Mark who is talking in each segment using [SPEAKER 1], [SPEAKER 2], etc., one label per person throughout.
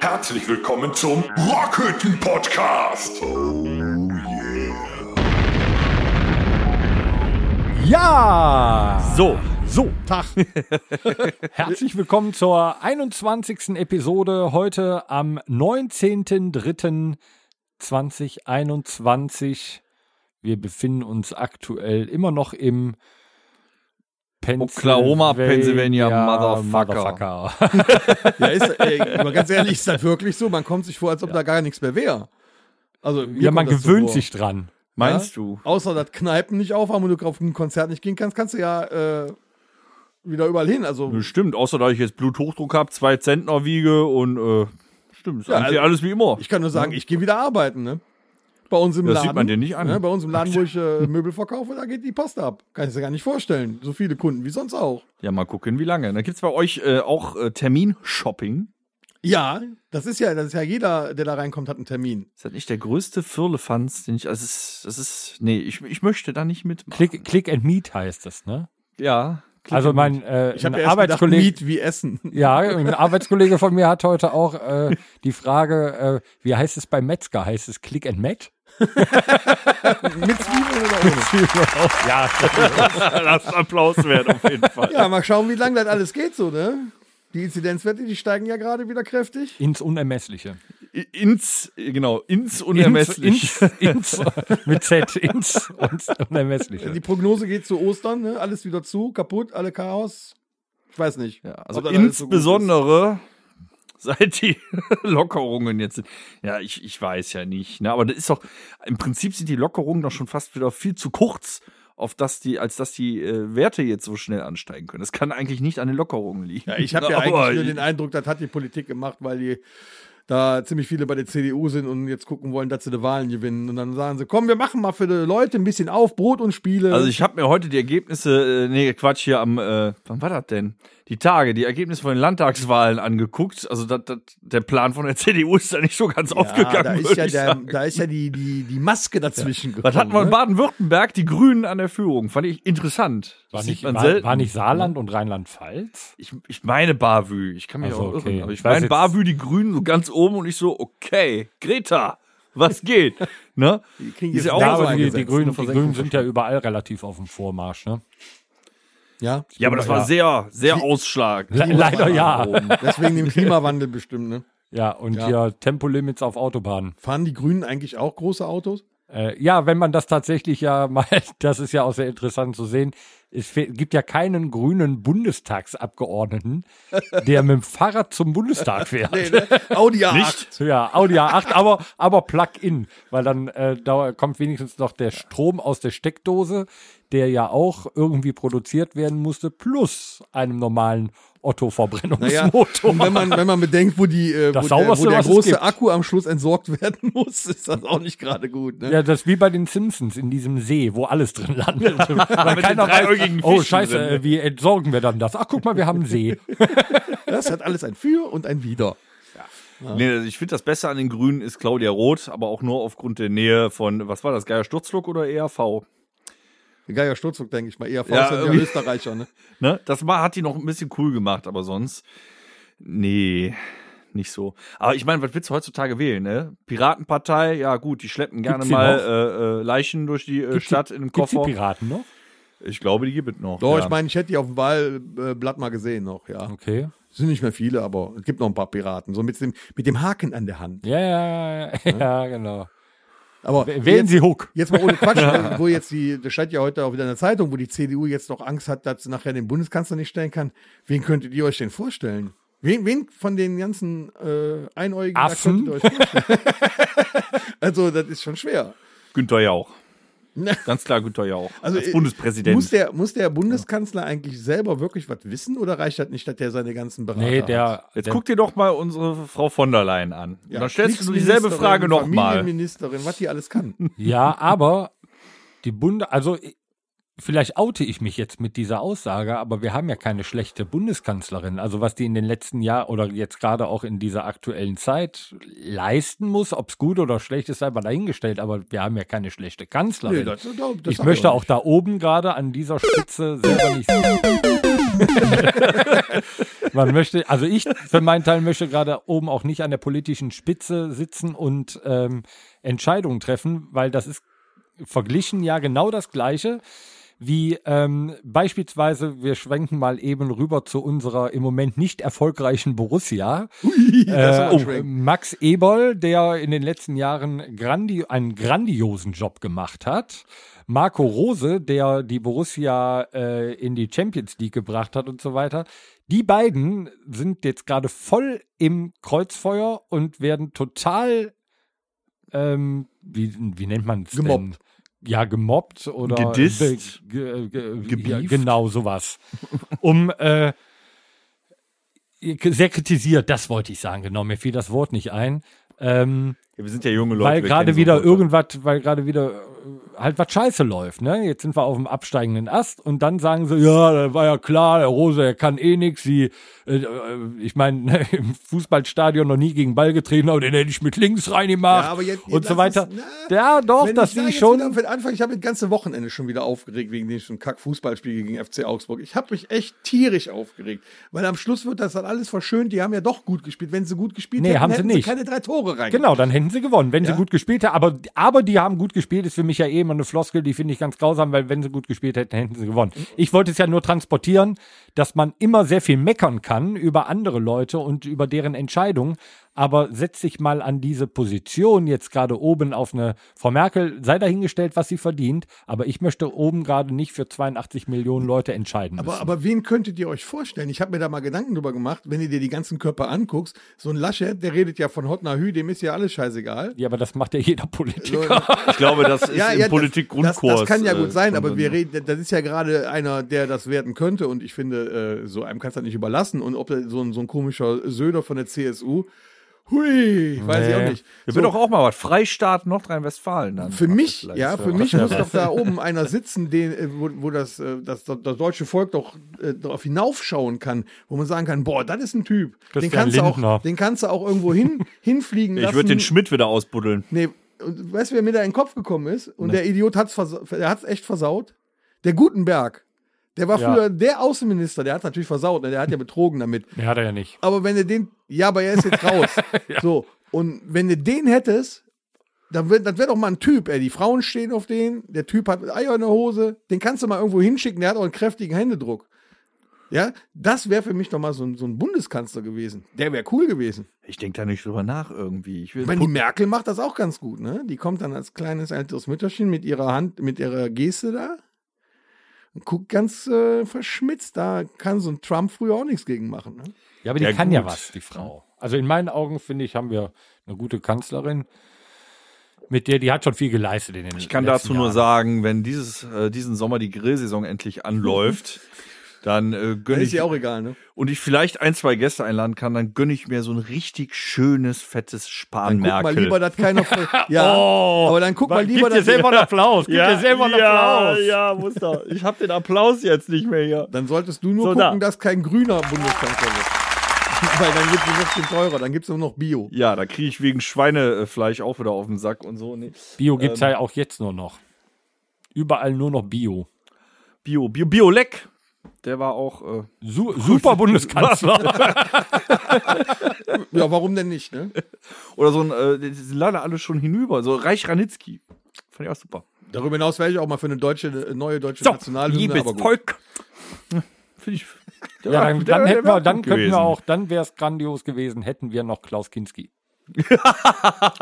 [SPEAKER 1] Herzlich willkommen zum Rockhütten Podcast. Oh yeah.
[SPEAKER 2] Ja!
[SPEAKER 3] So,
[SPEAKER 2] So, Tag. Herzlich willkommen zur 21. Episode heute am 19.03.2021. Wir befinden uns aktuell immer noch im
[SPEAKER 3] Oklahoma, Pennsylvania, Motherfucker.
[SPEAKER 2] Motherfucker.
[SPEAKER 4] Ja, ist, ey, aber ganz ehrlich, ist das wirklich so? Man kommt sich vor, als ob da gar nichts mehr wäre. Also, mir
[SPEAKER 2] Ja, man
[SPEAKER 4] kommt das so
[SPEAKER 2] gewöhnt
[SPEAKER 4] vor.
[SPEAKER 2] sich dran.
[SPEAKER 3] meinst du?
[SPEAKER 4] Außer, dass Kneipen nicht aufhaben und du auf ein Konzert nicht gehen kannst, kannst du ja äh, wieder überall hin. Also,
[SPEAKER 3] Stimmt, außer dass ich jetzt Bluthochdruck habe, zwei Zentner wiege und äh, stimmt, ist
[SPEAKER 4] Ja,
[SPEAKER 3] eigentlich
[SPEAKER 4] also-
[SPEAKER 3] alles wie immer.
[SPEAKER 4] ich kann nur sagen, ich gehe wieder arbeiten, ne? Bei uns im
[SPEAKER 3] Das
[SPEAKER 4] Laden.
[SPEAKER 3] sieht man dir nicht an.
[SPEAKER 4] Ne, bei uns im Laden, wo ich äh, Möbel verkaufe, da geht die Post ab. Kann ich dir gar nicht vorstellen. So viele Kunden wie sonst auch.
[SPEAKER 3] Ja, mal gucken, wie lange. Da gibt's bei euch äh, auch äh, Termin-Shopping.
[SPEAKER 4] Ja, das ist ja, das ist ja jeder, der da reinkommt, hat einen Termin.
[SPEAKER 3] Ist das nicht der größte Firlefanz, den ich. Das ist. Das ist nee, ich, ich möchte da nicht mitmachen.
[SPEAKER 2] Click, click and Meet heißt das, ne?
[SPEAKER 3] Ja.
[SPEAKER 2] also mein äh,
[SPEAKER 4] Ich habe
[SPEAKER 2] ein
[SPEAKER 4] ja erst gedacht,
[SPEAKER 2] Arbeitskollege
[SPEAKER 4] Miet wie Essen.
[SPEAKER 2] Ja, ein Arbeitskollege von mir hat heute auch äh, die Frage, äh, wie heißt es beim Metzger? Heißt es Click and Match?
[SPEAKER 4] Mit Zwiebeln oder ohne?
[SPEAKER 2] ja,
[SPEAKER 3] das ist Applaus wert auf jeden Fall.
[SPEAKER 4] Ja, mal schauen, wie lange das alles geht so, ne? Die Inzidenzwerte, die steigen ja gerade wieder kräftig.
[SPEAKER 2] ins Unermessliche.
[SPEAKER 3] Ins, genau, ins unermesslich.
[SPEAKER 2] Ins, ins, mit Z, ins und Unermessliche.
[SPEAKER 4] Die Prognose geht zu Ostern, ne? Alles wieder zu, kaputt, alle Chaos. Ich weiß nicht.
[SPEAKER 3] Ja, also
[SPEAKER 4] ob das alles so gut
[SPEAKER 3] insbesondere seit die Lockerungen jetzt sind. Ja, ich, ich weiß ja nicht. Ne? Aber das ist doch, im Prinzip sind die Lockerungen doch schon fast wieder viel zu kurz, auf dass die, als dass die äh, Werte jetzt so schnell ansteigen können. Das kann eigentlich nicht an den Lockerungen liegen.
[SPEAKER 4] ist. Ja, ich habe ja
[SPEAKER 3] Aber
[SPEAKER 4] eigentlich nur den Eindruck, das hat die Politik gemacht, weil die da ziemlich viele bei der CDU sind und jetzt gucken wollen, dass sie die Wahlen gewinnen. Und dann sagen sie, komm, wir machen mal für die Leute ein bisschen auf, Brot und Spiele.
[SPEAKER 3] Also ich habe mir heute die Ergebnisse, äh, nee, Quatsch, hier am, äh, wann war das denn? Die Tage, die Ergebnisse von den Landtagswahlen angeguckt. Also dat, dat, der Plan von der CDU ist da nicht so ganz
[SPEAKER 4] ja,
[SPEAKER 3] aufgegangen.
[SPEAKER 4] da ist
[SPEAKER 3] würd
[SPEAKER 4] ja,
[SPEAKER 3] ich
[SPEAKER 4] der,
[SPEAKER 3] sagen.
[SPEAKER 4] da ist ja die, die, die Maske dazwischen gekommen.
[SPEAKER 3] Was hatten wir in
[SPEAKER 4] ne?
[SPEAKER 3] Baden-Württemberg? Die Grünen an der Führung. Fand ich interessant.
[SPEAKER 2] War
[SPEAKER 3] Das
[SPEAKER 2] nicht,
[SPEAKER 3] sieht man
[SPEAKER 2] war,
[SPEAKER 3] selten.
[SPEAKER 2] war nicht Saarland und Rheinland-Pfalz?
[SPEAKER 3] Ich, ich meine Bavü. Ich kann mich
[SPEAKER 2] Ach so,
[SPEAKER 3] auch
[SPEAKER 2] Also, okay.
[SPEAKER 3] irren. Aber ich
[SPEAKER 2] Ich weiß
[SPEAKER 3] meine
[SPEAKER 2] jetzt-
[SPEAKER 3] Bavü, die Grünen so ganz oben und ich so, okay, Greta, was geht? ne?
[SPEAKER 4] Die kriegen
[SPEAKER 3] Ist
[SPEAKER 4] jetzt
[SPEAKER 3] ja
[SPEAKER 2] Ja,
[SPEAKER 3] auch so
[SPEAKER 2] aber die, die,
[SPEAKER 4] eingesetzt,
[SPEAKER 2] Grünen, die
[SPEAKER 4] nur für
[SPEAKER 2] Grünen
[SPEAKER 4] 56.
[SPEAKER 2] sind ja überall relativ auf dem Vormarsch. Ne?
[SPEAKER 4] Ja,
[SPEAKER 3] Ja, aber das war
[SPEAKER 2] Ja.
[SPEAKER 3] sehr, sehr ausschlagend.
[SPEAKER 2] Le leider ja.
[SPEAKER 4] deswegen dem Klimawandel bestimmt, ne?
[SPEAKER 2] Ja, und
[SPEAKER 4] Ja.
[SPEAKER 2] hier Tempolimits auf Autobahnen.
[SPEAKER 4] Fahren die Grünen eigentlich auch große Autos?
[SPEAKER 2] Äh, ja, wenn man das tatsächlich ja mal, das ist ja auch sehr interessant zu sehen, es fe- gibt ja keinen grünen Bundestagsabgeordneten, der mit dem Fahrrad zum Bundestag fährt.
[SPEAKER 3] ne?
[SPEAKER 4] Audi A8.
[SPEAKER 3] Nicht?
[SPEAKER 2] Ja, Audi A8, aber, aber Plug-in, weil dann äh, da kommt wenigstens noch der Strom aus der Steckdose, der ja auch irgendwie produziert werden musste, plus einem normalen
[SPEAKER 4] Naja,
[SPEAKER 2] Otto-Verbrennungsmotor.
[SPEAKER 4] und wenn man, wenn man bedenkt, wo, die, äh,
[SPEAKER 2] Das
[SPEAKER 4] wo der,
[SPEAKER 2] Sauberste,
[SPEAKER 4] wo der
[SPEAKER 2] was es
[SPEAKER 4] große
[SPEAKER 2] gibt.
[SPEAKER 4] Akku am Schluss entsorgt werden muss, ist das auch nicht gerade gut. Ne?
[SPEAKER 2] Ja, das ist wie bei den Simpsons in diesem See, wo alles drin landet. Weil
[SPEAKER 3] den
[SPEAKER 2] keiner weiß,
[SPEAKER 3] dreieugigen
[SPEAKER 2] oh
[SPEAKER 3] Fischen
[SPEAKER 2] scheiße,
[SPEAKER 3] drin.
[SPEAKER 2] äh, wie entsorgen wir dann das? Ach, guck mal, wir haben einen See.
[SPEAKER 4] Das hat alles ein Für und ein Wider.
[SPEAKER 3] Nee, also ich finde das Beste an den Grünen ist Claudia Roth, aber auch nur aufgrund der Nähe von, was war das, Geier Sturzflug oder E ERV?
[SPEAKER 4] Geier Sturzog, denke ich mal. Eher
[SPEAKER 3] Ja,
[SPEAKER 4] Faust ja,
[SPEAKER 3] irgendwie.
[SPEAKER 4] Österreicher. Ne?
[SPEAKER 3] Ne? Das mal hat die noch ein bisschen cool gemacht, aber sonst. Nee, nicht so. Aber ich meine, was willst du heutzutage wählen, ne? Piratenpartei, ja gut, die schleppen gerne
[SPEAKER 2] Gibt's die
[SPEAKER 3] mal
[SPEAKER 2] noch?
[SPEAKER 3] äh, äh, Leichen durch die äh,
[SPEAKER 2] Gibt's die-
[SPEAKER 3] Stadt in einem
[SPEAKER 2] Gibt's die
[SPEAKER 3] Koffer.
[SPEAKER 2] Piraten noch?
[SPEAKER 3] Ich glaube, die gibt es noch.
[SPEAKER 4] Doch,
[SPEAKER 3] ja.
[SPEAKER 4] ich meine, ich hätte die auf dem Wahlblatt mal gesehen noch. Ja,
[SPEAKER 2] Okay.
[SPEAKER 4] sind nicht mehr viele, aber es gibt noch ein paar Piraten. So mit dem, mit dem Haken an der Hand.
[SPEAKER 2] Ja, ja, ja, ja, genau.
[SPEAKER 4] Aber
[SPEAKER 2] Wählen
[SPEAKER 4] jetzt-
[SPEAKER 2] Sie Hook.
[SPEAKER 4] Jetzt mal ohne Quatsch, äh, wo jetzt die, das steht ja heute auch wieder in der Zeitung, wo die CDU jetzt noch Angst hat, dass sie nachher den Bundeskanzler nicht stellen kann. Wen könntet ihr euch denn vorstellen? Wen, wen von den ganzen äh, Einäugigen da
[SPEAKER 2] Affen?
[SPEAKER 4] könntet ihr euch vorstellen? also, das ist schon schwer.
[SPEAKER 3] Günther Jauch.
[SPEAKER 4] Ne.
[SPEAKER 3] Ganz klar Günther Jauch.
[SPEAKER 4] Also,
[SPEAKER 3] als
[SPEAKER 4] äh,
[SPEAKER 3] Bundespräsident.
[SPEAKER 4] Muss der, muss der Bundeskanzler eigentlich selber wirklich was wissen oder reicht das nicht, dass der seine ganzen Berater
[SPEAKER 2] Nee,
[SPEAKER 4] hat?
[SPEAKER 2] der.
[SPEAKER 3] Jetzt
[SPEAKER 2] der,
[SPEAKER 3] guck dir doch mal unsere Frau von der Leyen an.
[SPEAKER 4] Ja,
[SPEAKER 3] Und dann stellst du dieselbe
[SPEAKER 4] Kriegsministerin,
[SPEAKER 3] Frage nochmal.
[SPEAKER 4] Familienministerin, was die alles kann.
[SPEAKER 2] Ja, aber die Bunde, also i- vielleicht oute ich mich jetzt mit dieser Aussage, aber wir haben ja keine schlechte Bundeskanzlerin. Also was die in den letzten Jahren oder jetzt gerade auch in dieser aktuellen Zeit leisten muss, ob's gut oder schlecht ist, sei mal dahingestellt, aber wir haben ja keine schlechte Kanzlerin.
[SPEAKER 4] das- das- das
[SPEAKER 2] ich
[SPEAKER 4] hab
[SPEAKER 2] möchte
[SPEAKER 4] ich
[SPEAKER 2] auch da oben gerade an dieser Spitze selber nicht. Man möchte, also ich für meinen Teil möchte gerade oben auch nicht an der politischen Spitze sitzen und ähm, Entscheidungen treffen, weil das ist verglichen ja genau das Gleiche wie ähm, beispielsweise, wir schwenken mal eben rüber zu unserer im Moment nicht erfolgreichen Borussia.
[SPEAKER 4] das ist aber
[SPEAKER 2] äh,
[SPEAKER 4] ein
[SPEAKER 2] oh,
[SPEAKER 4] Schwenk.
[SPEAKER 2] Max Eberl, der in den letzten Jahren grandi einen grandiosen Job gemacht hat. Marco Rose, der die Borussia äh, in die Champions League gebracht hat und so weiter. Die beiden sind jetzt gerade voll im Kreuzfeuer und werden total, ähm, wie, wie nennt man es denn?
[SPEAKER 4] Gemobbt.
[SPEAKER 2] Ja, gemobbt oder
[SPEAKER 3] Gedisst?
[SPEAKER 2] Be, ge, ge, ja,
[SPEAKER 3] Gebieft?
[SPEAKER 2] genau sowas. Um äh, sehr kritisiert, das wollte ich sagen, genau. Mir fiel das Wort nicht ein. Ähm,
[SPEAKER 3] Ja, wir sind ja junge Leute.
[SPEAKER 2] weil
[SPEAKER 3] wir
[SPEAKER 2] gerade
[SPEAKER 3] kennen so
[SPEAKER 2] wieder
[SPEAKER 3] Leute.
[SPEAKER 2] irgendwas, weil gerade wieder äh, halt was scheiße läuft, ne? Jetzt sind wir auf dem absteigenden Ast und dann sagen sie, ja, das war ja klar, der Rose, der kann eh nix, sie, äh, äh, ich meine, im Fußballstadion noch nie gegen Ball getreten, aber den hätte ich mit links reingemacht
[SPEAKER 4] Ja, aber jetzt-
[SPEAKER 2] und so
[SPEAKER 4] lass
[SPEAKER 2] weiter.
[SPEAKER 4] uns- na,
[SPEAKER 2] ja, doch,
[SPEAKER 4] Wenn
[SPEAKER 2] das
[SPEAKER 4] da
[SPEAKER 2] sehe ich
[SPEAKER 4] jetzt
[SPEAKER 2] schon.
[SPEAKER 4] wieder Mit Anfang, ich habe das ganze Wochenende schon wieder aufgeregt wegen diesem Kack-Fußballspiel gegen FC Augsburg. Ich habe mich echt tierisch aufgeregt, weil am Schluss wird das dann alles verschönt. Die haben ja doch gut gespielt. Wenn sie gut gespielt
[SPEAKER 2] Nee,
[SPEAKER 4] hätten,
[SPEAKER 2] haben sie
[SPEAKER 4] hätten
[SPEAKER 2] nicht.
[SPEAKER 4] keine drei Tore rein.
[SPEAKER 2] Genau, dann hätten sie gewonnen, wenn
[SPEAKER 4] Ja.
[SPEAKER 2] sie gut gespielt hätten. Aber, aber die haben gut gespielt, ist für mich ja eh immer eine Floskel, die finde ich ganz grausam, weil wenn sie gut gespielt hätten, hätten sie gewonnen. Ich wollte es ja nur transportieren, dass man immer sehr viel meckern kann über andere Leute und über deren Entscheidungen. Aber setz dich mal an diese Position jetzt gerade oben auf eine. Frau Merkel, sei dahingestellt, was sie verdient. Aber ich möchte oben gerade nicht für 82 Millionen Leute entscheiden müssen.
[SPEAKER 4] Aber, aber wen könntet ihr euch vorstellen? Ich habe mir da mal Gedanken drüber gemacht, wenn ihr dir die ganzen Körper anguckst. So ein Laschet, der redet ja von Hot Hü, dem ist ja alles scheißegal.
[SPEAKER 2] ja, aber das macht ja jeder Politiker.
[SPEAKER 3] Ich glaube, das ist
[SPEAKER 4] Ja,
[SPEAKER 3] im
[SPEAKER 4] ja, das,
[SPEAKER 3] Politik-Grundkurs.
[SPEAKER 4] das, das kann ja gut
[SPEAKER 3] äh,
[SPEAKER 4] sein,
[SPEAKER 3] schon
[SPEAKER 4] aber
[SPEAKER 3] drin.
[SPEAKER 4] wir reden, das ist ja gerade einer, der das werden könnte und ich finde, äh, so einem kannst du das nicht überlassen. Und ob da so ein, so ein komischer Söder von der CSU, hui, weiß ich
[SPEAKER 2] Nee.
[SPEAKER 4] auch nicht.
[SPEAKER 3] Wir
[SPEAKER 4] So,
[SPEAKER 3] will doch auch mal was. Freistaat Nordrhein-Westfalen dann.
[SPEAKER 4] für mich,
[SPEAKER 3] Vielleicht, äh,
[SPEAKER 4] ja, für mich muss doch da oben einer sitzen, den, äh, wo, wo das, äh, das, das deutsche Volk doch äh, darauf hinaufschauen kann, wo man sagen kann, boah, das ist ein Typ. Den
[SPEAKER 2] Christian
[SPEAKER 4] kannst, du
[SPEAKER 2] Lindner.
[SPEAKER 4] auch, den kannst du auch irgendwo hin, hinfliegen lassen.
[SPEAKER 3] Ich würde den Schmidt wieder ausbuddeln.
[SPEAKER 4] Nee, und weißt du, wer mir da in den Kopf gekommen ist? Und der Idiot hat's, versa der hat's echt versaut. Der Gutenberg. Der war
[SPEAKER 2] Ja.
[SPEAKER 4] früher der Außenminister, der hat natürlich versaut, ne? der hat ja betrogen damit.
[SPEAKER 2] Nee, hat er ja nicht.
[SPEAKER 4] Aber wenn du den, ja, aber er ist jetzt raus. So, und wenn du den hättest, dann wär, das wäre doch mal ein Typ, ey. Die Frauen stehen auf den, der Typ hat Eier in der Hose, den kannst du mal irgendwo hinschicken, der hat auch einen kräftigen Händedruck. Ja, das wäre für mich doch mal so ein, so ein Bundeskanzler gewesen. Der wäre cool gewesen.
[SPEAKER 3] Ich denke da nicht drüber nach irgendwie. Ich will
[SPEAKER 4] Ich meine, die Merkel macht das auch ganz gut, ne? Die kommt dann als kleines älteres Mütterchen mit ihrer Hand, mit ihrer Geste da und guckt ganz äh, verschmitzt. Da kann so ein Trump früher auch nichts gegen machen. Ne?
[SPEAKER 2] Ja, aber die
[SPEAKER 3] Ja,
[SPEAKER 2] kann ja
[SPEAKER 3] gut. ne?
[SPEAKER 2] was, die Frau. Also in meinen Augen, finde ich, haben wir eine gute Kanzlerin, mit der, die hat schon viel geleistet in den
[SPEAKER 3] Ich kann dazu nur sagen, wenn dieses, äh, diesen Sommer die Grillsaison endlich anläuft, dann äh,
[SPEAKER 4] Das
[SPEAKER 3] gönne
[SPEAKER 4] ist
[SPEAKER 3] ich
[SPEAKER 4] ja auch egal, ne?
[SPEAKER 3] und ich vielleicht ein, zwei Gäste einladen kann, dann gönne ich mir so ein richtig schönes, fettes
[SPEAKER 4] Dann guck mal
[SPEAKER 3] Spanmerkel.
[SPEAKER 4] lieber, dass keiner. Ja, aber dann guck mal lieber,
[SPEAKER 2] Gib dir
[SPEAKER 4] dass.
[SPEAKER 2] selber einen Applaus, gib dir selber einen Applaus.
[SPEAKER 3] ja, muss doch. Ich habe den Applaus jetzt nicht mehr hier.
[SPEAKER 4] Dann solltest du nur
[SPEAKER 3] So,
[SPEAKER 4] gucken,
[SPEAKER 3] da.
[SPEAKER 4] dass kein grüner Bundeskanzler wird. Weil dann wird es ein bisschen teurer, dann gibt es nur noch Bio.
[SPEAKER 3] Ja, da kriege ich wegen Schweinefleisch auch wieder auf den Sack und so. Nee.
[SPEAKER 2] Bio gibt's
[SPEAKER 3] ähm,
[SPEAKER 2] ja auch jetzt nur noch. Überall nur noch Bio.
[SPEAKER 3] Bio, Bio, Biolek. Der war auch. Äh,
[SPEAKER 2] Su super Bundeskanzler.
[SPEAKER 4] Ja, warum denn nicht, ne?
[SPEAKER 3] oder so ein. Äh, die sind leider alle schon hinüber. So Reich Ranitzky. Fand ich auch super.
[SPEAKER 4] Darüber hinaus wäre ich auch mal für eine deutsche, äh, neue deutsche
[SPEAKER 3] So,
[SPEAKER 4] Nationalhymne.
[SPEAKER 3] liebes
[SPEAKER 4] aber gut.
[SPEAKER 3] Volk. Finde ich.
[SPEAKER 2] ja, dann,
[SPEAKER 3] der-
[SPEAKER 2] dann,
[SPEAKER 3] der
[SPEAKER 2] hätten
[SPEAKER 3] wär
[SPEAKER 2] wir, dann
[SPEAKER 3] gut
[SPEAKER 2] könnten
[SPEAKER 3] gewesen.
[SPEAKER 2] wir auch, dann wäre es grandios gewesen, hätten wir noch Klaus Kinski.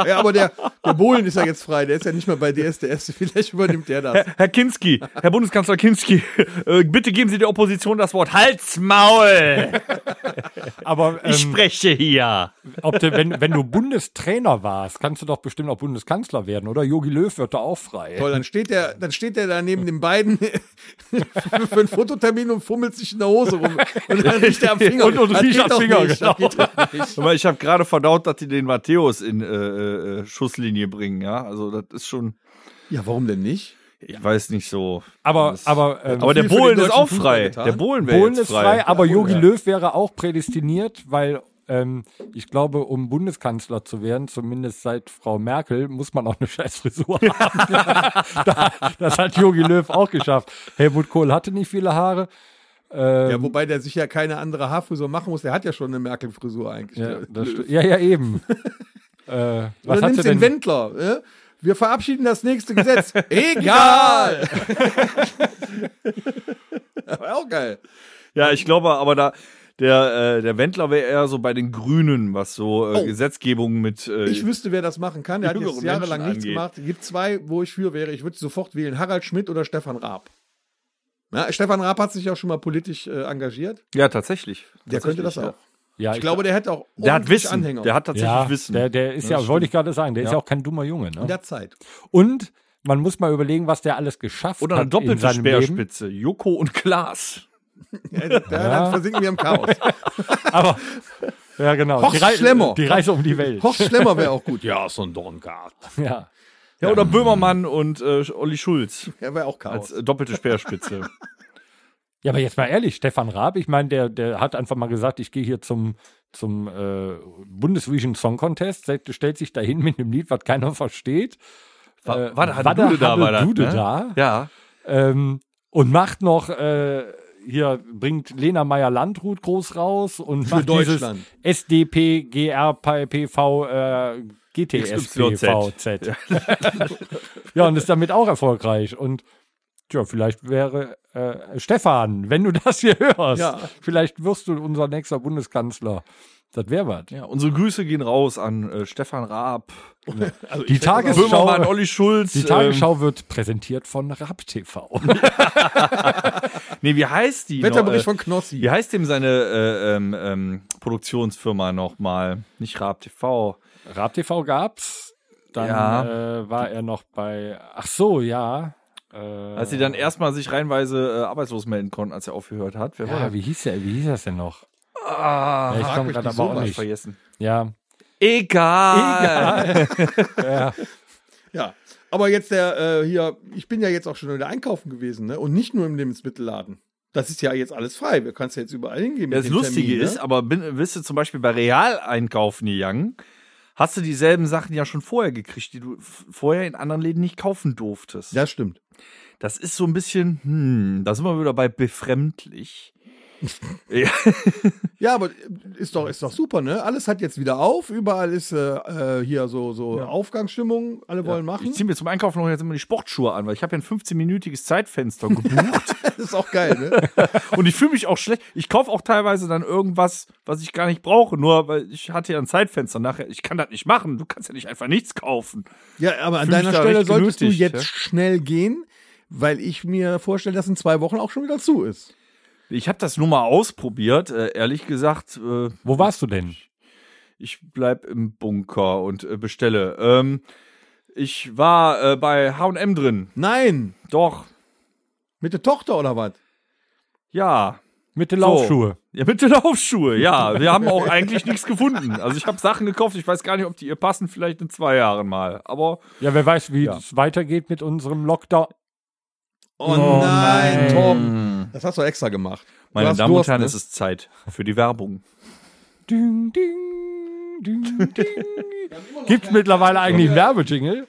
[SPEAKER 4] Ja, aber der, der Bohlen ist ja jetzt frei, der ist ja nicht mehr bei DSDS, vielleicht übernimmt der das.
[SPEAKER 3] Herr Kinski, Herr Bundeskanzler Kinski, äh, bitte geben Sie der Opposition das Wort. Halsmaul!
[SPEAKER 2] Aber ähm,
[SPEAKER 3] Ich spreche hier.
[SPEAKER 2] ob du, wenn, wenn du Bundestrainer warst, kannst du doch bestimmt auch Bundeskanzler werden, oder? Jogi Löw wird da auch frei.
[SPEAKER 4] Toll, dann steht der, dann steht der da neben den beiden für einen Fototermin und fummelt sich in der Hose rum. Und dann riecht er am Finger.
[SPEAKER 2] Und- und
[SPEAKER 4] Das
[SPEAKER 2] riecht
[SPEAKER 4] geht
[SPEAKER 2] am
[SPEAKER 4] doch
[SPEAKER 2] Finger,
[SPEAKER 4] nicht, das
[SPEAKER 2] genau.
[SPEAKER 4] geht doch nicht.
[SPEAKER 3] Aber ich habe gerade verdaut, dass die den Matthäus in äh, äh, Schusslinie bringen, ja. Also das ist schon,
[SPEAKER 4] Ja, warum denn nicht?
[SPEAKER 3] ich weiß nicht so.
[SPEAKER 2] Aber,
[SPEAKER 3] Das-
[SPEAKER 2] aber, ähm,
[SPEAKER 3] aber äh, der
[SPEAKER 4] viel für den
[SPEAKER 3] Bohlen ist
[SPEAKER 4] deutschen
[SPEAKER 3] auch
[SPEAKER 4] Fußball
[SPEAKER 3] frei.
[SPEAKER 4] getan.
[SPEAKER 3] Der Bohlen wäre
[SPEAKER 2] Bohlen
[SPEAKER 3] jetzt
[SPEAKER 2] ist
[SPEAKER 3] frei.
[SPEAKER 2] frei, aber Jogi
[SPEAKER 4] ja.
[SPEAKER 2] Löw wäre auch prädestiniert, weil ähm, ich glaube, um Bundeskanzler zu werden, zumindest seit Frau Merkel, muss man auch eine scheiß Frisur haben. da, das hat Jogi Löw auch geschafft. Helmut Kohl hatte nicht viele Haare. Ähm,
[SPEAKER 4] Ja, wobei der sich ja keine andere Haarfrisur machen muss. Der hat ja schon eine Merkel-Frisur eigentlich.
[SPEAKER 2] ja,
[SPEAKER 4] Der-
[SPEAKER 2] das sti- ja, ja, eben. äh, was
[SPEAKER 4] Oder
[SPEAKER 2] hat sie
[SPEAKER 4] nimmst den
[SPEAKER 2] denn?
[SPEAKER 4] Wendler. Äh? Wir verabschieden das nächste Gesetz. Egal! Aber auch geil.
[SPEAKER 3] Ja, ich glaube, aber da der, äh, der Wendler wäre eher so bei den Grünen, was so äh,
[SPEAKER 4] Oh.
[SPEAKER 3] Gesetzgebung mit. Äh,
[SPEAKER 4] Ich wüsste, wer das machen kann. Der hat
[SPEAKER 3] Jüngere
[SPEAKER 4] jetzt jahrelang
[SPEAKER 3] Menschen
[SPEAKER 4] nichts
[SPEAKER 3] angeht.
[SPEAKER 4] gemacht. Es gibt zwei, wo ich für wäre. Ich würde sofort wählen. Harald Schmidt oder Stefan Raab. Na, Stefan Raab hat sich ja schon mal politisch äh, engagiert.
[SPEAKER 3] ja, tatsächlich.
[SPEAKER 4] Der könnte
[SPEAKER 3] Tatsächlich,
[SPEAKER 4] das
[SPEAKER 3] ja.
[SPEAKER 4] auch.
[SPEAKER 2] Ja,
[SPEAKER 4] Ich glaube, der hätte auch
[SPEAKER 3] Der hat
[SPEAKER 4] ordentlich
[SPEAKER 3] Wissen.
[SPEAKER 4] Anhänger.
[SPEAKER 3] Der hat tatsächlich
[SPEAKER 2] ja,
[SPEAKER 3] Wissen.
[SPEAKER 2] Der, der ist
[SPEAKER 3] Ja,
[SPEAKER 2] ja,
[SPEAKER 3] stimmt.
[SPEAKER 2] wollte ich gerade sagen, der ist
[SPEAKER 3] Ja.
[SPEAKER 2] ja auch kein dummer Junge. Ne?
[SPEAKER 4] in der Zeit.
[SPEAKER 2] Und man muss mal überlegen, was der alles geschafft
[SPEAKER 3] Oder eine
[SPEAKER 2] hat in
[SPEAKER 3] doppelte
[SPEAKER 2] seinem Leben.
[SPEAKER 3] Speerspitze. Joko und Klaas.
[SPEAKER 4] Ja, also, der Dann versinken wir im Chaos.
[SPEAKER 2] Aber ja, genau.
[SPEAKER 4] Horst
[SPEAKER 2] die, Rei-
[SPEAKER 4] Schlemmer.
[SPEAKER 2] die Reise um die Welt.
[SPEAKER 4] Horst Schlemmer wäre auch gut.
[SPEAKER 3] Ja, so ein Dorngard.
[SPEAKER 2] Ja.
[SPEAKER 3] Ja, oder Böhmermann und äh, Olli Schulz
[SPEAKER 4] Er wäre auch
[SPEAKER 3] als
[SPEAKER 4] Chaos.
[SPEAKER 3] äh, doppelte Speerspitze. Äh,
[SPEAKER 2] ja, aber jetzt mal ehrlich, Stefan Raab, ich meine, der, der hat einfach mal gesagt, ich gehe hier zum, zum äh, Bundesvision Song Contest, se- stellt sich dahin mit einem Lied, was keiner versteht. Äh,
[SPEAKER 3] War,
[SPEAKER 2] Wada
[SPEAKER 3] Dude
[SPEAKER 2] Hadedude
[SPEAKER 3] ne?
[SPEAKER 2] da.
[SPEAKER 3] Ja.
[SPEAKER 2] Ähm, und macht noch äh, hier bringt Lena Meyer Landrut groß raus und
[SPEAKER 4] Für
[SPEAKER 2] macht
[SPEAKER 4] Deutschland.
[SPEAKER 2] dieses SDP GR PV äh, GTSPVZ. Ja. ja und ist damit auch erfolgreich und Tja, vielleicht wäre äh, Stefan, wenn du das hier hörst,
[SPEAKER 4] Ja.
[SPEAKER 2] vielleicht wirst du unser nächster Bundeskanzler. Das wäre was.
[SPEAKER 3] ja. Unsere Grüße gehen raus an äh, Stefan Raab,
[SPEAKER 2] die
[SPEAKER 3] Böhmermann,
[SPEAKER 2] Tagesschau,
[SPEAKER 3] Olli Schulz.
[SPEAKER 2] die Tagesschau wird präsentiert von Rap TV.
[SPEAKER 3] Ähm, nee, wie heißt die?
[SPEAKER 4] Wetterbericht
[SPEAKER 3] noch, Äh,
[SPEAKER 4] von Knossi.
[SPEAKER 3] Wie heißt dem seine äh, ähm, ähm, Produktionsfirma nochmal? Nicht Raab TV.
[SPEAKER 2] Rab TV gab's. Dann
[SPEAKER 3] Ja.
[SPEAKER 2] äh, war er noch bei. Ach so, ja. Äh,
[SPEAKER 3] Als sie dann erstmal sich reinweise äh, arbeitslos melden konnten, als er aufgehört hat. Wer war
[SPEAKER 2] ja, wie hieß der? Wie hieß das denn noch?
[SPEAKER 3] Ah,
[SPEAKER 2] Ja, ich
[SPEAKER 4] frag
[SPEAKER 2] komm
[SPEAKER 4] mich
[SPEAKER 2] grad
[SPEAKER 4] nicht
[SPEAKER 2] aber auch
[SPEAKER 3] hab ich
[SPEAKER 2] nicht.
[SPEAKER 3] vergessen.
[SPEAKER 2] Ja,
[SPEAKER 3] Egal.
[SPEAKER 4] Ja, aber jetzt der äh, hier, ich bin ja jetzt auch schon wieder einkaufen gewesen, ne? Und nicht nur im Lebensmittelladen. Das ist ja jetzt alles frei. Wir kannst ja jetzt überall hingehen. mit
[SPEAKER 3] Das
[SPEAKER 4] dem
[SPEAKER 3] Lustige
[SPEAKER 4] Termin, ne?
[SPEAKER 3] ist, aber bin, bist du zum Beispiel bei Real einkaufen gegangen, hast du dieselben Sachen ja schon vorher gekriegt, die du f- vorher in anderen Läden nicht kaufen durftest.
[SPEAKER 4] das stimmt.
[SPEAKER 3] Das ist so ein bisschen, hm, da sind wir wieder bei befremdlich. ja,
[SPEAKER 4] Ja, aber äh, ist doch, ist doch super, ne? Alles hat jetzt wieder auf. Überall ist äh, äh, hier so, so Aufgangsstimmung. Alle wollen machen.
[SPEAKER 3] Ich ziehe mir zum Einkaufen noch jetzt immer die Sportschuhe an, weil ich habe ja ein 15-minütiges Zeitfenster gebucht
[SPEAKER 4] Das ist auch geil, ne?
[SPEAKER 3] und ich fühle mich auch schlecht. Ich kaufe auch teilweise dann irgendwas, was ich gar nicht brauche, nur weil ich hatte ja ein Zeitfenster nachher. Ich kann das nicht machen. Du kannst ja nicht einfach nichts kaufen.
[SPEAKER 4] Ja, aber an
[SPEAKER 3] Fühl mich
[SPEAKER 4] deiner
[SPEAKER 3] da
[SPEAKER 4] Stelle
[SPEAKER 3] recht
[SPEAKER 4] solltest du
[SPEAKER 3] genötigt,
[SPEAKER 4] jetzt
[SPEAKER 3] ja.
[SPEAKER 4] schnell gehen, weil ich mir vorstelle, dass in zwei Wochen auch schon wieder zu ist.
[SPEAKER 3] Ich habe das nur mal ausprobiert. Äh, ehrlich gesagt, äh,
[SPEAKER 2] wo warst du denn?
[SPEAKER 3] ich bleib im Bunker und äh, bestelle. Ähm, ich war äh, bei H&M drin.
[SPEAKER 4] Nein,
[SPEAKER 3] Doch,
[SPEAKER 4] mit der Tochter oder was?
[SPEAKER 3] ja.
[SPEAKER 2] Mit den Laufschuhe.
[SPEAKER 3] Ja, mit den Laufschuhe, ja. Wir haben auch eigentlich nichts gefunden. Also ich habe Sachen gekauft, ich weiß gar nicht, ob die ihr passen, vielleicht in zwei Jahren mal. Aber
[SPEAKER 2] Ja, wer weiß, wie
[SPEAKER 3] Ja.
[SPEAKER 2] es weitergeht mit unserem Lockdown.
[SPEAKER 4] Oh, nein,
[SPEAKER 2] nein.
[SPEAKER 4] Tom. Das hast du extra gemacht. Du
[SPEAKER 3] meine
[SPEAKER 4] hast
[SPEAKER 3] Damen
[SPEAKER 4] Durst,
[SPEAKER 3] und Herren,
[SPEAKER 4] ne?
[SPEAKER 3] es ist Zeit für die Werbung.
[SPEAKER 2] Ding, ding, ding, ding. Gibt's mittlerweile eigentlich einen Werbejingle?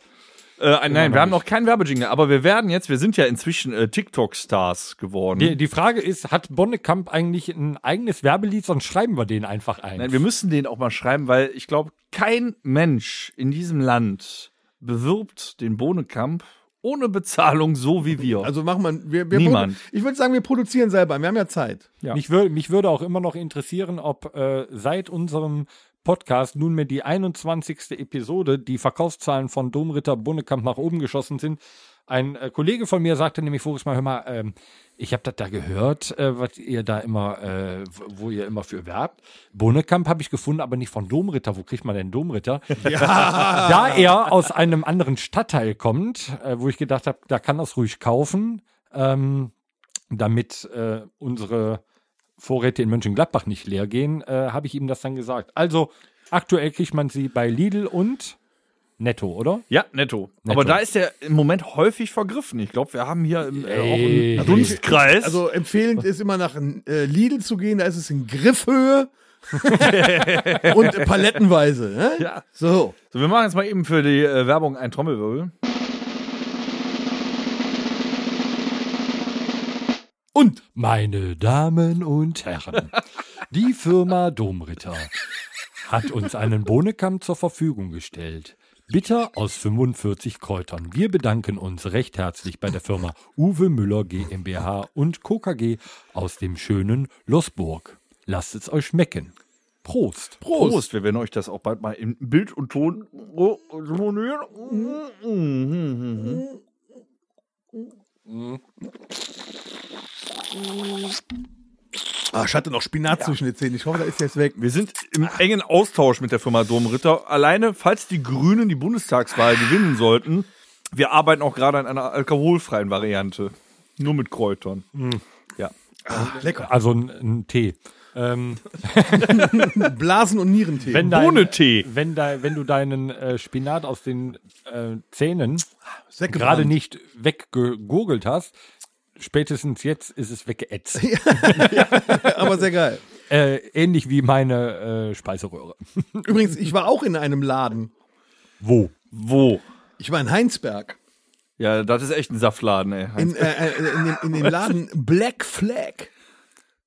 [SPEAKER 3] Äh, nein, wir haben noch keinen Werbejingle, aber wir werden jetzt, wir sind ja inzwischen äh, TikTok-Stars geworden.
[SPEAKER 2] Die, die Frage ist, hat Bonnekamp eigentlich ein eigenes Werbelied, sonst schreiben wir den einfach ein.
[SPEAKER 3] Nein, wir müssen den auch mal schreiben, weil ich glaube, kein Mensch in diesem Land bewirbt den Bohnekamp ohne Bezahlung so wie wir.
[SPEAKER 4] Also machen wir, wir, wir
[SPEAKER 3] Niemand.
[SPEAKER 4] produ- Ich würde sagen, wir produzieren selber. Wir haben ja Zeit.
[SPEAKER 3] Ja.
[SPEAKER 2] Mich, wür mich würde auch immer noch interessieren, ob äh, seit unserem Podcast nunmehr die 21. Episode die Verkaufszahlen von Domritter Bunnekamp nach oben geschossen sind. Ein äh, Kollege von mir sagte nämlich voriges Mal, hör mal, ähm, ich habe das da gehört, äh, was ihr da immer, äh, w- wo ihr immer für werbt. Bunnekamp habe ich gefunden, aber nicht von Domritter. Wo kriegt man denn Domritter? da er aus einem anderen Stadtteil kommt, äh, wo ich gedacht habe, da kann das ruhig kaufen, ähm, damit äh, unsere Vorräte in Mönchengladbach nicht leer gehen, äh, habe ich ihm das dann gesagt. Also aktuell kriegt man sie bei Lidl und Netto, oder?
[SPEAKER 3] Ja, netto.
[SPEAKER 2] Netto.
[SPEAKER 3] Aber da ist er im Moment häufig vergriffen. Ich glaube, wir haben hier im, äh, auch
[SPEAKER 2] Ey.
[SPEAKER 3] einen Dunstkreis.
[SPEAKER 4] Also empfehlend ist immer nach äh, Lidl zu gehen, da ist es in Griffhöhe und äh, palettenweise. Ne?
[SPEAKER 3] Ja.
[SPEAKER 4] So.
[SPEAKER 3] so, wir machen jetzt mal eben für die äh, Werbung einen Trommelwirbel.
[SPEAKER 4] Und
[SPEAKER 2] Meine Damen und Herren, die Firma Domritter hat uns einen Bohnenkamm zur Verfügung gestellt. Bitter aus 45 Kräutern. Wir bedanken uns recht herzlich bei der Firma Uwe Müller GmbH und KKG aus dem schönen Losburg. Lasst es euch schmecken. Prost.
[SPEAKER 3] Prost. Wir werden euch das auch bald mal in Bild und Ton oh, Mhm. monieren.
[SPEAKER 4] ah, ich hatte noch Spinat zwischen den Zähnen. Ich hoffe, da ist jetzt weg.
[SPEAKER 3] Wir sind
[SPEAKER 4] Ah.
[SPEAKER 3] im engen Austausch mit der Firma Domritter. Alleine, falls die Grünen die Bundestagswahl gewinnen sollten, wir arbeiten auch gerade an einer alkoholfreien Variante. Nur mit Kräutern.
[SPEAKER 4] Hm.
[SPEAKER 3] Ja.
[SPEAKER 4] Lecker.
[SPEAKER 2] Also ein, ein Tee. Ähm,
[SPEAKER 4] Blasen- und Nierentee.
[SPEAKER 2] wenn dein,
[SPEAKER 3] Ohne Tee.
[SPEAKER 2] Wenn, dein- wenn du deinen äh, Spinat aus den äh, Zähnen
[SPEAKER 4] Säckebrand.
[SPEAKER 2] gerade nicht weggegurgelt hast, spätestens jetzt ist es weggeätzt.
[SPEAKER 4] Aber sehr geil.
[SPEAKER 2] äh, ähnlich wie meine äh, Speiseröhre.
[SPEAKER 4] Übrigens, ich war auch in einem Laden.
[SPEAKER 2] Wo?
[SPEAKER 3] Wo?
[SPEAKER 4] Ich war in Heinsberg.
[SPEAKER 3] Ja, das ist echt ein Saftladen, ey.
[SPEAKER 4] In, äh, äh, in, dem, in dem Laden Black Flag.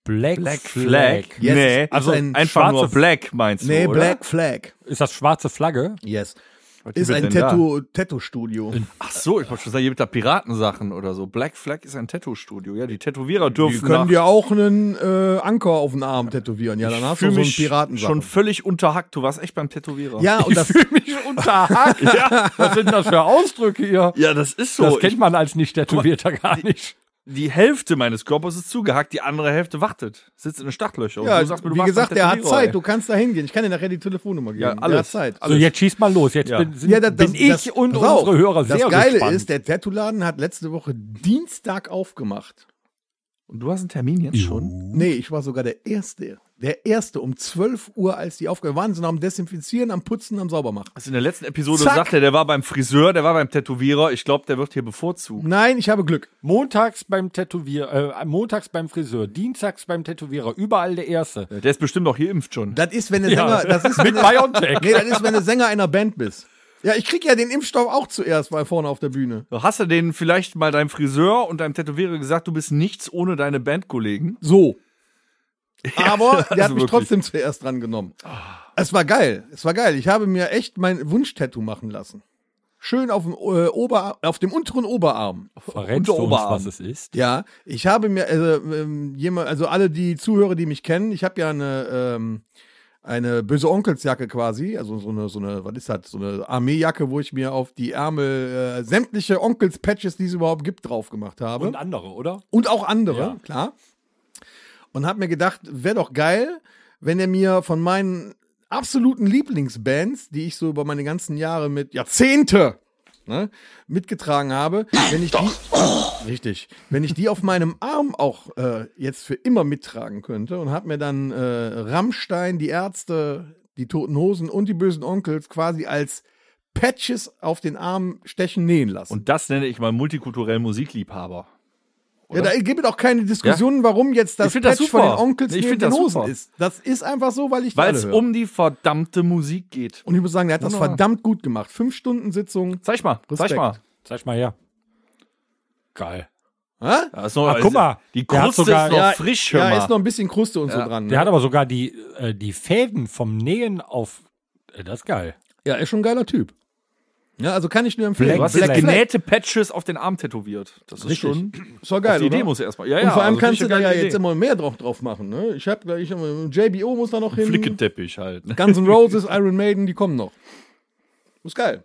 [SPEAKER 2] Black,
[SPEAKER 3] Flag?
[SPEAKER 4] Yes,
[SPEAKER 3] nee,
[SPEAKER 4] ist
[SPEAKER 3] also
[SPEAKER 4] ein
[SPEAKER 3] einfach nur
[SPEAKER 2] schwarze-
[SPEAKER 3] Black meinst du,
[SPEAKER 4] Nee,
[SPEAKER 3] oder?
[SPEAKER 4] Black Flag.
[SPEAKER 2] Ist das schwarze Flagge?
[SPEAKER 4] Yes.
[SPEAKER 3] Was
[SPEAKER 4] Ist
[SPEAKER 3] gibt
[SPEAKER 4] ein
[SPEAKER 3] denn da?
[SPEAKER 4] Tattoo- Tattoo-Studio.
[SPEAKER 3] Ach so, ich wollte schon sagen, hier mit da Piratensachen oder so. Black Flag ist ein Tattoo-Studio. Ja, die Tätowierer dürfen
[SPEAKER 4] Die können
[SPEAKER 3] nach-
[SPEAKER 4] dir auch einen äh, Anker auf den Arm tätowieren. Ja, danach
[SPEAKER 3] Ich fühl
[SPEAKER 4] so einen
[SPEAKER 3] mich schon
[SPEAKER 4] Piratensachen.
[SPEAKER 3] völlig unterhackt. Du warst echt beim Tätowierer.
[SPEAKER 4] Ja, und das,
[SPEAKER 2] mich unterhakt. ja, was sind das für Ausdrücke hier?
[SPEAKER 3] ja das ist so.
[SPEAKER 2] das kennt man als Nicht-Tätowierter gar nicht.
[SPEAKER 3] ich, die Hälfte meines Körpers ist zugehackt, die andere Hälfte wartet. Sitzt in den Startlöchern.
[SPEAKER 4] ja,
[SPEAKER 3] du sagst mir, du
[SPEAKER 4] wie
[SPEAKER 3] warst
[SPEAKER 4] gesagt,
[SPEAKER 3] beim
[SPEAKER 4] der hat
[SPEAKER 3] Tätowierer,
[SPEAKER 4] Zeit.
[SPEAKER 3] ey.
[SPEAKER 4] Du kannst da hingehen. Ich kann dir nachher die Telefonnummer geben.
[SPEAKER 3] Ja,
[SPEAKER 4] Der
[SPEAKER 3] alles.
[SPEAKER 4] hat Zeit.
[SPEAKER 2] So, jetzt schieß mal los. Jetzt
[SPEAKER 3] Ja.
[SPEAKER 2] bin, sind,
[SPEAKER 4] Ja, da- das-
[SPEAKER 2] bin ich
[SPEAKER 4] das-
[SPEAKER 2] und
[SPEAKER 4] pass auf,
[SPEAKER 2] unsere Hörer
[SPEAKER 4] Das
[SPEAKER 2] sehr
[SPEAKER 4] Geile
[SPEAKER 2] gespannt.
[SPEAKER 4] ist, der Tattoo-Laden hat letzte Woche Dienstag aufgemacht.
[SPEAKER 3] Und du hast einen Termin jetzt schon?
[SPEAKER 4] Nee, ich war sogar der Erste. Der Erste um 12 Uhr, als die aufgehört waren, sind am Desinfizieren, am Putzen, am Saubermachen.
[SPEAKER 3] Also in der letzten Episode
[SPEAKER 4] Zack.
[SPEAKER 3] sagt er, der war beim Friseur, der war beim Tätowierer. Ich glaube, der wird hier bevorzugt.
[SPEAKER 4] Nein, ich habe Glück.
[SPEAKER 2] montags beim Tätowier, äh, montags beim Friseur, dienstags beim Tätowierer, überall der Erste.
[SPEAKER 3] Der ist bestimmt auch hier impft schon.
[SPEAKER 4] Das ist, wenn du
[SPEAKER 2] Ja.
[SPEAKER 4] Sänger, das ist, wenn
[SPEAKER 2] Mit
[SPEAKER 4] du,
[SPEAKER 2] Biontech.
[SPEAKER 4] nee, das ist, wenn du Sänger einer Band bist. Ja, ich krieg ja den Impfstoff auch zuerst, weil vorne auf der Bühne.
[SPEAKER 3] Hast du denen vielleicht mal deinem Friseur und deinem Tätowierer gesagt, du bist nichts ohne deine Bandkollegen?
[SPEAKER 4] So. Aber der hat
[SPEAKER 3] also
[SPEAKER 4] mich
[SPEAKER 3] wirklich.
[SPEAKER 4] trotzdem zuerst dran genommen. Es war geil. Es war geil. Ich habe mir echt mein Wunschtattoo machen lassen. Schön auf dem, äh, Ober, auf dem unteren Oberarm.
[SPEAKER 2] Verrätst du uns,
[SPEAKER 3] Unterarm.
[SPEAKER 2] was es ist?
[SPEAKER 4] Ja, ich habe mir, also, ähm, jemand, also alle die Zuhörer, die mich kennen, ich habe ja eine, ähm, eine böse Onkelsjacke quasi, also so eine, so eine, was ist das, so eine Armeejacke, wo ich mir auf die Ärmel äh, sämtliche Onkels-Patches, die es überhaupt gibt, drauf gemacht habe.
[SPEAKER 2] Und andere, oder?
[SPEAKER 4] Und auch andere,
[SPEAKER 2] Ja.
[SPEAKER 4] klar. Und habe mir gedacht, wäre doch geil, wenn er mir von meinen absoluten Lieblingsbands, die ich so über meine ganzen Jahre mit Jahrzehnte ne, mitgetragen habe, wenn ich die richtig, wenn ich die auf meinem Arm auch äh, jetzt für immer mittragen könnte und habe mir dann äh, Rammstein, die Ärzte, die Toten Hosen und die bösen Onkels quasi als Patches auf den Arm stechen nähen lassen.
[SPEAKER 3] Und das nenne ich mal multikulturellen Musikliebhaber.
[SPEAKER 4] Ja, da gibt es auch keine Diskussionen, warum jetzt das
[SPEAKER 3] Ich find das
[SPEAKER 4] Patch von den
[SPEAKER 3] super.
[SPEAKER 4] Onkels
[SPEAKER 3] Ich
[SPEAKER 4] neben
[SPEAKER 3] find
[SPEAKER 4] den
[SPEAKER 3] das
[SPEAKER 4] Hosen
[SPEAKER 3] super.
[SPEAKER 4] ist. Das ist einfach so, weil ich die
[SPEAKER 3] Weil
[SPEAKER 4] alle
[SPEAKER 3] es
[SPEAKER 4] höre.
[SPEAKER 3] um die verdammte Musik geht.
[SPEAKER 4] Und ich muss sagen, der hat das
[SPEAKER 3] Wunderbar.
[SPEAKER 4] verdammt gut gemacht. Fünf Stunden Sitzung.
[SPEAKER 3] Zeig mal,
[SPEAKER 4] Respekt.
[SPEAKER 3] zeig mal.
[SPEAKER 2] Zeig mal her. Geil.
[SPEAKER 4] Hä?
[SPEAKER 3] Ja, ist noch,
[SPEAKER 2] Ah, guck mal,
[SPEAKER 3] Die
[SPEAKER 2] der hat
[SPEAKER 3] Kruste
[SPEAKER 2] sogar-
[SPEAKER 3] ist noch
[SPEAKER 2] Ja,
[SPEAKER 3] frisch, hör
[SPEAKER 4] Ja,
[SPEAKER 3] mal.
[SPEAKER 4] ist noch ein bisschen Kruste und so
[SPEAKER 3] Ja.
[SPEAKER 4] dran.
[SPEAKER 2] Der
[SPEAKER 4] Ne?
[SPEAKER 2] hat aber sogar die, äh, die Fäden vom Nähen auf. Äh, das ist geil.
[SPEAKER 4] Ja, ist schon ein geiler Typ. Ja, also kann ich nur empfehlen.
[SPEAKER 2] Black
[SPEAKER 3] du hast
[SPEAKER 2] Black
[SPEAKER 3] jetzt
[SPEAKER 2] Flag.
[SPEAKER 3] genähte Patches auf den Arm tätowiert. Das ist
[SPEAKER 4] Richtig.
[SPEAKER 3] schon
[SPEAKER 4] Ist doch
[SPEAKER 3] auf
[SPEAKER 4] geil,
[SPEAKER 3] die Idee
[SPEAKER 4] oder?
[SPEAKER 3] muss erstmal. Ja,
[SPEAKER 4] und vor allem
[SPEAKER 3] also
[SPEAKER 4] kannst du
[SPEAKER 3] finde
[SPEAKER 4] da
[SPEAKER 3] ich
[SPEAKER 4] ja
[SPEAKER 3] eine geile
[SPEAKER 4] jetzt immer mehr drauf, drauf machen. Ne? Ich habe gleich, JBO muss da noch
[SPEAKER 3] Idee.
[SPEAKER 4] hin.
[SPEAKER 3] Flickenteppich halt. ne?
[SPEAKER 4] Guns N' Roses, Iron Maiden, die kommen noch. Ist geil.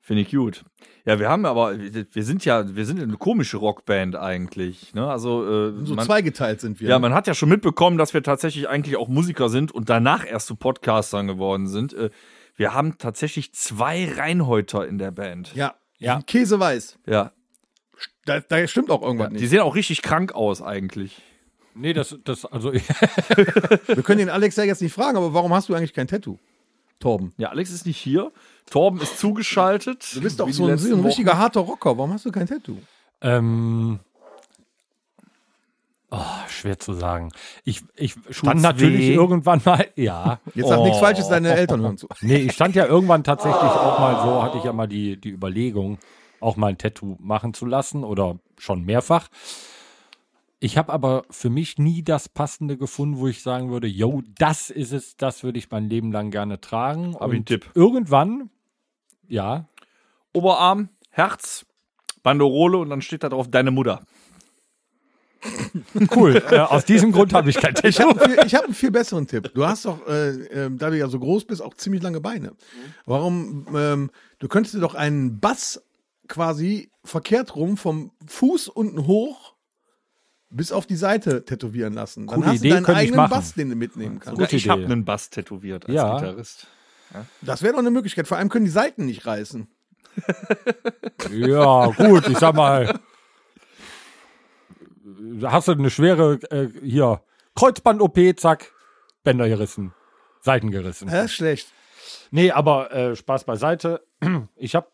[SPEAKER 3] Finde ich gut. Ja, wir haben aber, wir sind ja, wir sind eine komische Rockband eigentlich. Ne? Also, äh,
[SPEAKER 4] So
[SPEAKER 3] man,
[SPEAKER 4] zweigeteilt sind wir.
[SPEAKER 3] ja,
[SPEAKER 4] ne?
[SPEAKER 3] man hat ja schon mitbekommen, dass wir tatsächlich eigentlich auch Musiker sind und danach erst zu Podcastern geworden sind. Äh, wir haben tatsächlich zwei Reinhäuter in der Band.
[SPEAKER 4] ja.
[SPEAKER 2] Ja.
[SPEAKER 4] Käse weiß.
[SPEAKER 3] Ja.
[SPEAKER 4] Da, da stimmt auch irgendwas
[SPEAKER 3] Die
[SPEAKER 4] nicht.
[SPEAKER 3] sehen auch richtig krank aus eigentlich.
[SPEAKER 2] Nee, das, das, also,
[SPEAKER 4] Wir können den Alex ja jetzt nicht fragen, aber warum hast du eigentlich kein Tattoo? Torben.
[SPEAKER 3] Ja, Alex ist nicht hier. Torben ist zugeschaltet.
[SPEAKER 4] Du bist doch
[SPEAKER 3] Wie die
[SPEAKER 4] so ein,
[SPEAKER 3] letzten
[SPEAKER 4] so ein
[SPEAKER 3] Wochen.
[SPEAKER 4] richtiger harter Rocker. Warum hast du kein Tattoo?
[SPEAKER 2] ähm, oh, schwer zu sagen. Ich, ich stand
[SPEAKER 3] Tut's
[SPEAKER 2] natürlich
[SPEAKER 3] weh?
[SPEAKER 2] irgendwann mal, ja.
[SPEAKER 4] Jetzt sag
[SPEAKER 2] Oh.
[SPEAKER 4] nichts Falsches, deine Eltern hören zu.
[SPEAKER 2] Nee, ich stand ja irgendwann tatsächlich auch mal so, hatte ich ja mal die, die Überlegung, auch mal ein Tattoo machen zu lassen oder schon mehrfach. Ich habe aber für mich nie das Passende gefunden, wo ich sagen würde, yo, das ist es, das würde ich mein Leben lang gerne tragen.
[SPEAKER 3] Hab ich einen Tipp.
[SPEAKER 2] Irgendwann, ja,
[SPEAKER 3] Oberarm, Herz, Banderole und dann steht da drauf deine Mutter.
[SPEAKER 2] cool. äh, aus diesem Grund habe ich kein
[SPEAKER 4] Ich
[SPEAKER 2] Tattoo.
[SPEAKER 4] habe einen, viel- ich hab einen viel besseren Tipp. Du hast doch, äh, ähm, da du ja so groß bist, auch ziemlich lange Beine. Warum? Ähm, du könntest dir doch einen Bass quasi verkehrt rum vom Fuß unten hoch bis auf die Seite tätowieren lassen. Dann
[SPEAKER 2] Coole
[SPEAKER 4] hast
[SPEAKER 2] Idee,
[SPEAKER 4] du deinen
[SPEAKER 2] könnte ich
[SPEAKER 4] eigenen
[SPEAKER 2] machen.
[SPEAKER 4] Bass, den du mitnehmen kannst.
[SPEAKER 2] Gute
[SPEAKER 3] ich habe
[SPEAKER 2] Idee.
[SPEAKER 3] einen Bass tätowiert als
[SPEAKER 2] Ja.
[SPEAKER 3] Gitarrist.
[SPEAKER 4] Das wäre doch eine Möglichkeit. Vor allem können die Seiten nicht reißen.
[SPEAKER 2] Ja, gut, ich sag mal. Hast du eine schwere, äh, hier, Kreuzband-OP, zack, Bänder gerissen, Seiten gerissen.
[SPEAKER 4] Ja, ist schlecht.
[SPEAKER 2] Nee, aber äh, Spaß beiseite. Ich habe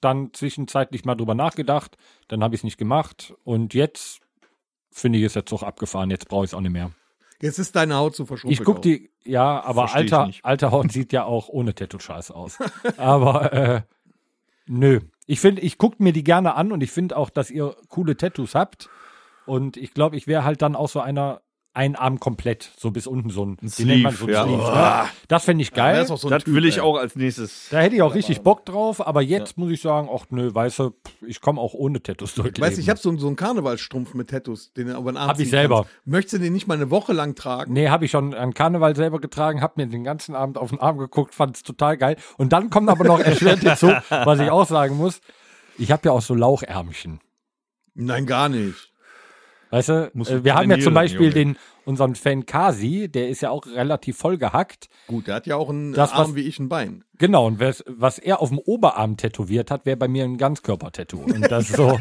[SPEAKER 2] dann zwischenzeitlich mal drüber nachgedacht, dann habe ich es nicht gemacht und jetzt finde ich, ist der Zug abgefahren, jetzt brauche ich es auch nicht mehr.
[SPEAKER 4] Jetzt ist deine Haut zu verschrumpelt.
[SPEAKER 2] Ich guck
[SPEAKER 4] auch.
[SPEAKER 2] die, ja, aber
[SPEAKER 3] Versteh ich
[SPEAKER 2] alter,
[SPEAKER 3] nicht.
[SPEAKER 2] alter Haut sieht ja auch ohne Tattoo scheiße aus. aber äh, nö. Ich finde, ich guck mir die gerne an und ich finde auch, dass ihr coole Tattoos habt. Und ich glaube, ich wäre halt dann auch so einer, ein Arm komplett, so bis unten so ein,
[SPEAKER 3] Ein
[SPEAKER 2] wie nennt man so
[SPEAKER 3] Sleeve, ja.
[SPEAKER 2] ne? Das fände ich
[SPEAKER 4] Ja,
[SPEAKER 2] geil.
[SPEAKER 4] ist auch so ein
[SPEAKER 3] das
[SPEAKER 4] Typ,
[SPEAKER 3] will ich
[SPEAKER 4] ey.
[SPEAKER 3] auch als nächstes.
[SPEAKER 2] Da hätte ich auch richtig Bock drauf, aber jetzt muss ich sagen, ach nö, weißt du, pff, ich komme auch ohne Tattoos durch.
[SPEAKER 4] Weißt du, ich habe so, so einen Karnevalsstrumpf mit Tattoos, den du über den Arm
[SPEAKER 2] Hab ich
[SPEAKER 4] ziehen
[SPEAKER 2] selber.
[SPEAKER 4] Kannst. Möchtest du den nicht mal eine Woche lang tragen?
[SPEAKER 2] Nee, habe ich schon an Karneval selber getragen, habe mir den ganzen Abend auf den Arm geguckt, fand es total geil. Und dann kommt aber noch erschwert hinzu, was ich auch sagen muss. Ich habe ja auch so Lauchärmchen.
[SPEAKER 4] Nein, gar nicht.
[SPEAKER 2] Weißt du,
[SPEAKER 3] Muss
[SPEAKER 2] äh, wir haben ja zum
[SPEAKER 3] trainieren,
[SPEAKER 2] Beispiel
[SPEAKER 3] Junge.
[SPEAKER 2] den, unseren Fan Kasi, der ist ja auch relativ voll gehackt.
[SPEAKER 4] Gut, der hat ja auch einen
[SPEAKER 2] Das,
[SPEAKER 4] Arm
[SPEAKER 2] was-
[SPEAKER 4] wie ich ein Bein.
[SPEAKER 2] Genau, und was, was er auf dem Oberarm tätowiert hat, wäre bei mir ein Ganzkörpertattoo. Und das so,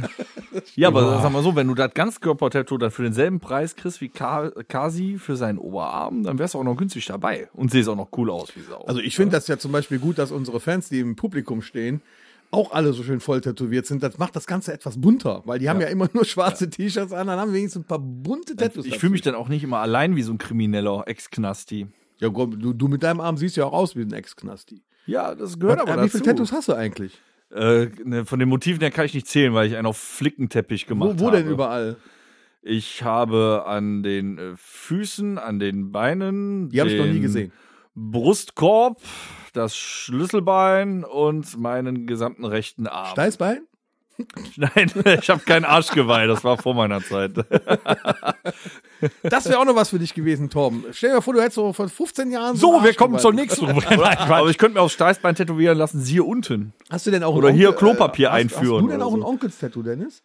[SPEAKER 3] Ja, aber sag mal so, wenn du das Ganzkörper-Tattoo dann für denselben Preis kriegst wie Ka- Kasi für seinen Oberarm, dann wärst du auch noch günstig dabei und siehst auch noch cool aus wie Sau.
[SPEAKER 4] Also ich finde das ja zum Beispiel gut, dass unsere Fans, die im Publikum stehen, auch alle so schön voll tätowiert sind. Das macht das Ganze etwas bunter, weil die haben ja immer nur schwarze T-Shirts an, dann haben wir wenigstens ein paar bunte Tattoos.
[SPEAKER 3] ich
[SPEAKER 4] dazu.
[SPEAKER 3] fühle mich dann auch nicht immer allein wie so ein krimineller Ex-Knasti.
[SPEAKER 4] Ja, komm, du, du mit deinem Arm siehst ja auch aus wie ein Ex-Knasti.
[SPEAKER 3] Ja, das gehört aber
[SPEAKER 4] Äh,
[SPEAKER 3] dazu.
[SPEAKER 4] Wie viele Tattoos hast du eigentlich?
[SPEAKER 3] Äh, ne, von den Motiven her kann ich nicht zählen, weil ich einen auf Flickenteppich gemacht
[SPEAKER 4] Wo,
[SPEAKER 3] habe.
[SPEAKER 4] wo denn überall?
[SPEAKER 3] Ich habe an den äh, Füßen, an den Beinen,
[SPEAKER 4] Die habe ich noch nie
[SPEAKER 3] den
[SPEAKER 4] gesehen.
[SPEAKER 3] Brustkorb, das Schlüsselbein und meinen gesamten rechten Arm.
[SPEAKER 4] Steißbein?
[SPEAKER 3] Nein, ich habe kein Arschgeweih, das war vor meiner Zeit.
[SPEAKER 4] Das wäre auch noch was für dich gewesen, Torben. Stell dir mal vor, du hättest so vor 15 Jahren.
[SPEAKER 2] so
[SPEAKER 4] einen
[SPEAKER 2] wir kommen
[SPEAKER 4] Arschgeweih.
[SPEAKER 2] zur nächsten Rubrik. Nein,
[SPEAKER 3] Aber ich könnte mir aufs Steißbein tätowieren lassen, siehe unten.
[SPEAKER 4] Hast du denn auch
[SPEAKER 3] Oder
[SPEAKER 4] einen
[SPEAKER 3] hier
[SPEAKER 4] Onkel- äh,
[SPEAKER 3] Klopapier
[SPEAKER 4] hast, Hast
[SPEAKER 3] einführen
[SPEAKER 4] du denn
[SPEAKER 3] oder
[SPEAKER 4] auch
[SPEAKER 3] so.
[SPEAKER 4] ein Onkelstattoo, Dennis?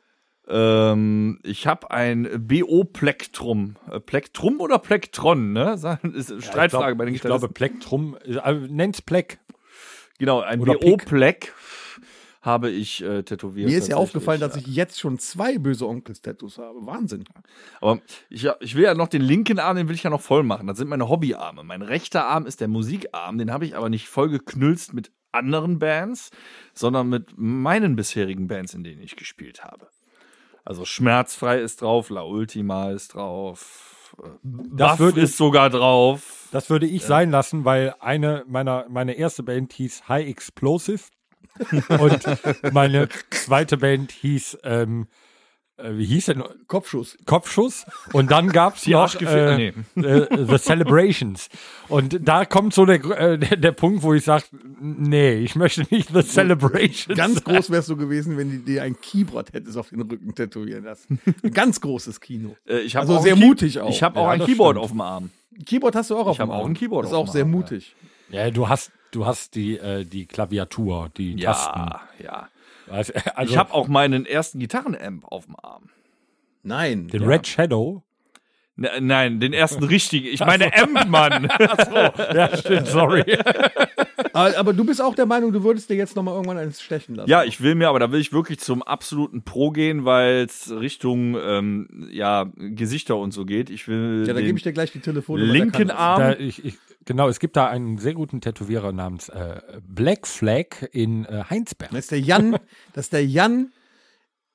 [SPEAKER 3] Ähm, ich habe ein BO-Plektrum. Äh, Plektrum oder Plektron, ne? Sa- Ist eine
[SPEAKER 2] ich
[SPEAKER 3] Streitfrage
[SPEAKER 2] glaub-
[SPEAKER 3] bei den
[SPEAKER 2] Ich glaube, Plektrum, äh, nenn's Plek.
[SPEAKER 3] Genau, ein
[SPEAKER 2] Oder Pick.
[SPEAKER 3] BO-Plek habe ich äh, tätowiert.
[SPEAKER 4] Mir ist ja
[SPEAKER 3] tatsächlich,
[SPEAKER 4] aufgefallen,
[SPEAKER 3] ja.
[SPEAKER 4] dass ich jetzt schon zwei böse Onkelstattoos habe. Wahnsinn.
[SPEAKER 3] Aber ich, ja, ich will ja noch den linken Arm, den will ich ja noch voll machen. Das sind meine Hobbyarme. Mein rechter Arm ist der Musikarm, den habe ich aber nicht voll geknülzt mit anderen Bands, sondern mit meinen bisherigen Bands, in denen ich gespielt habe. Also Schmerzfrei ist drauf, La Ultima ist drauf, äh, Buff
[SPEAKER 2] wird-
[SPEAKER 3] ist sogar drauf.
[SPEAKER 2] Das würde ich sein lassen, weil eine meiner meine erste Band hieß High Explosive und meine zweite Band hieß ähm, äh, wie hieß denn
[SPEAKER 4] Kopfschuss.
[SPEAKER 2] Kopfschuss und dann gab's
[SPEAKER 3] Die
[SPEAKER 2] noch
[SPEAKER 3] Arschgefühl-
[SPEAKER 2] äh, äh, The Celebrations und da kommt so der Gr- äh, der, der Punkt, wo ich sage, nee, ich möchte nicht The Celebrations.
[SPEAKER 4] Ganz groß wärst du gewesen, wenn die dir ein Keyboard hättest auf den Rücken tätowieren lassen. Ein ganz großes Kino.
[SPEAKER 3] Äh, ich hab
[SPEAKER 4] also
[SPEAKER 3] auch
[SPEAKER 4] sehr
[SPEAKER 3] ein Key-
[SPEAKER 4] mutig auch.
[SPEAKER 3] Ich habe
[SPEAKER 2] Ja,
[SPEAKER 3] auch ein
[SPEAKER 2] das
[SPEAKER 3] Keyboard
[SPEAKER 2] stimmt.
[SPEAKER 3] auf dem Arm.
[SPEAKER 4] Keyboard hast du auch auf
[SPEAKER 3] hab
[SPEAKER 4] dem
[SPEAKER 3] auch
[SPEAKER 4] Arm.
[SPEAKER 3] ein Keyboard
[SPEAKER 4] Das ist
[SPEAKER 3] auf dem
[SPEAKER 4] auch sehr
[SPEAKER 3] Arm, ja.
[SPEAKER 4] mutig.
[SPEAKER 2] ja, du hast du hast die äh, die Klaviatur, die Tasten.
[SPEAKER 3] Ja, ja.
[SPEAKER 2] Also,
[SPEAKER 3] Ich habe auch meinen ersten Gitarrenamp auf dem Arm.
[SPEAKER 4] Nein.
[SPEAKER 2] den Red Shadow.
[SPEAKER 3] Ne- Nein, den ersten richtigen. Ich meine Amp, Mann.
[SPEAKER 2] Ja, stimmt, sorry.
[SPEAKER 4] Aber, aber du bist auch der Meinung, du würdest dir jetzt nochmal irgendwann eines stechen lassen.
[SPEAKER 3] Ja, ich will mir, aber da will ich wirklich zum absoluten Pro gehen, weil es Richtung ähm, ja, Gesichter und so geht. Ich will
[SPEAKER 4] Ja, da
[SPEAKER 3] den
[SPEAKER 4] gebe ich dir gleich die Telefonnummer. da kann
[SPEAKER 3] linken
[SPEAKER 4] das-
[SPEAKER 3] Arm.
[SPEAKER 2] Da, ich, ich, genau, es gibt da einen sehr guten Tätowierer namens äh, Black Flag in äh, Heinsberg.
[SPEAKER 3] Ne?
[SPEAKER 4] Das ist der Jan, das ist der Jan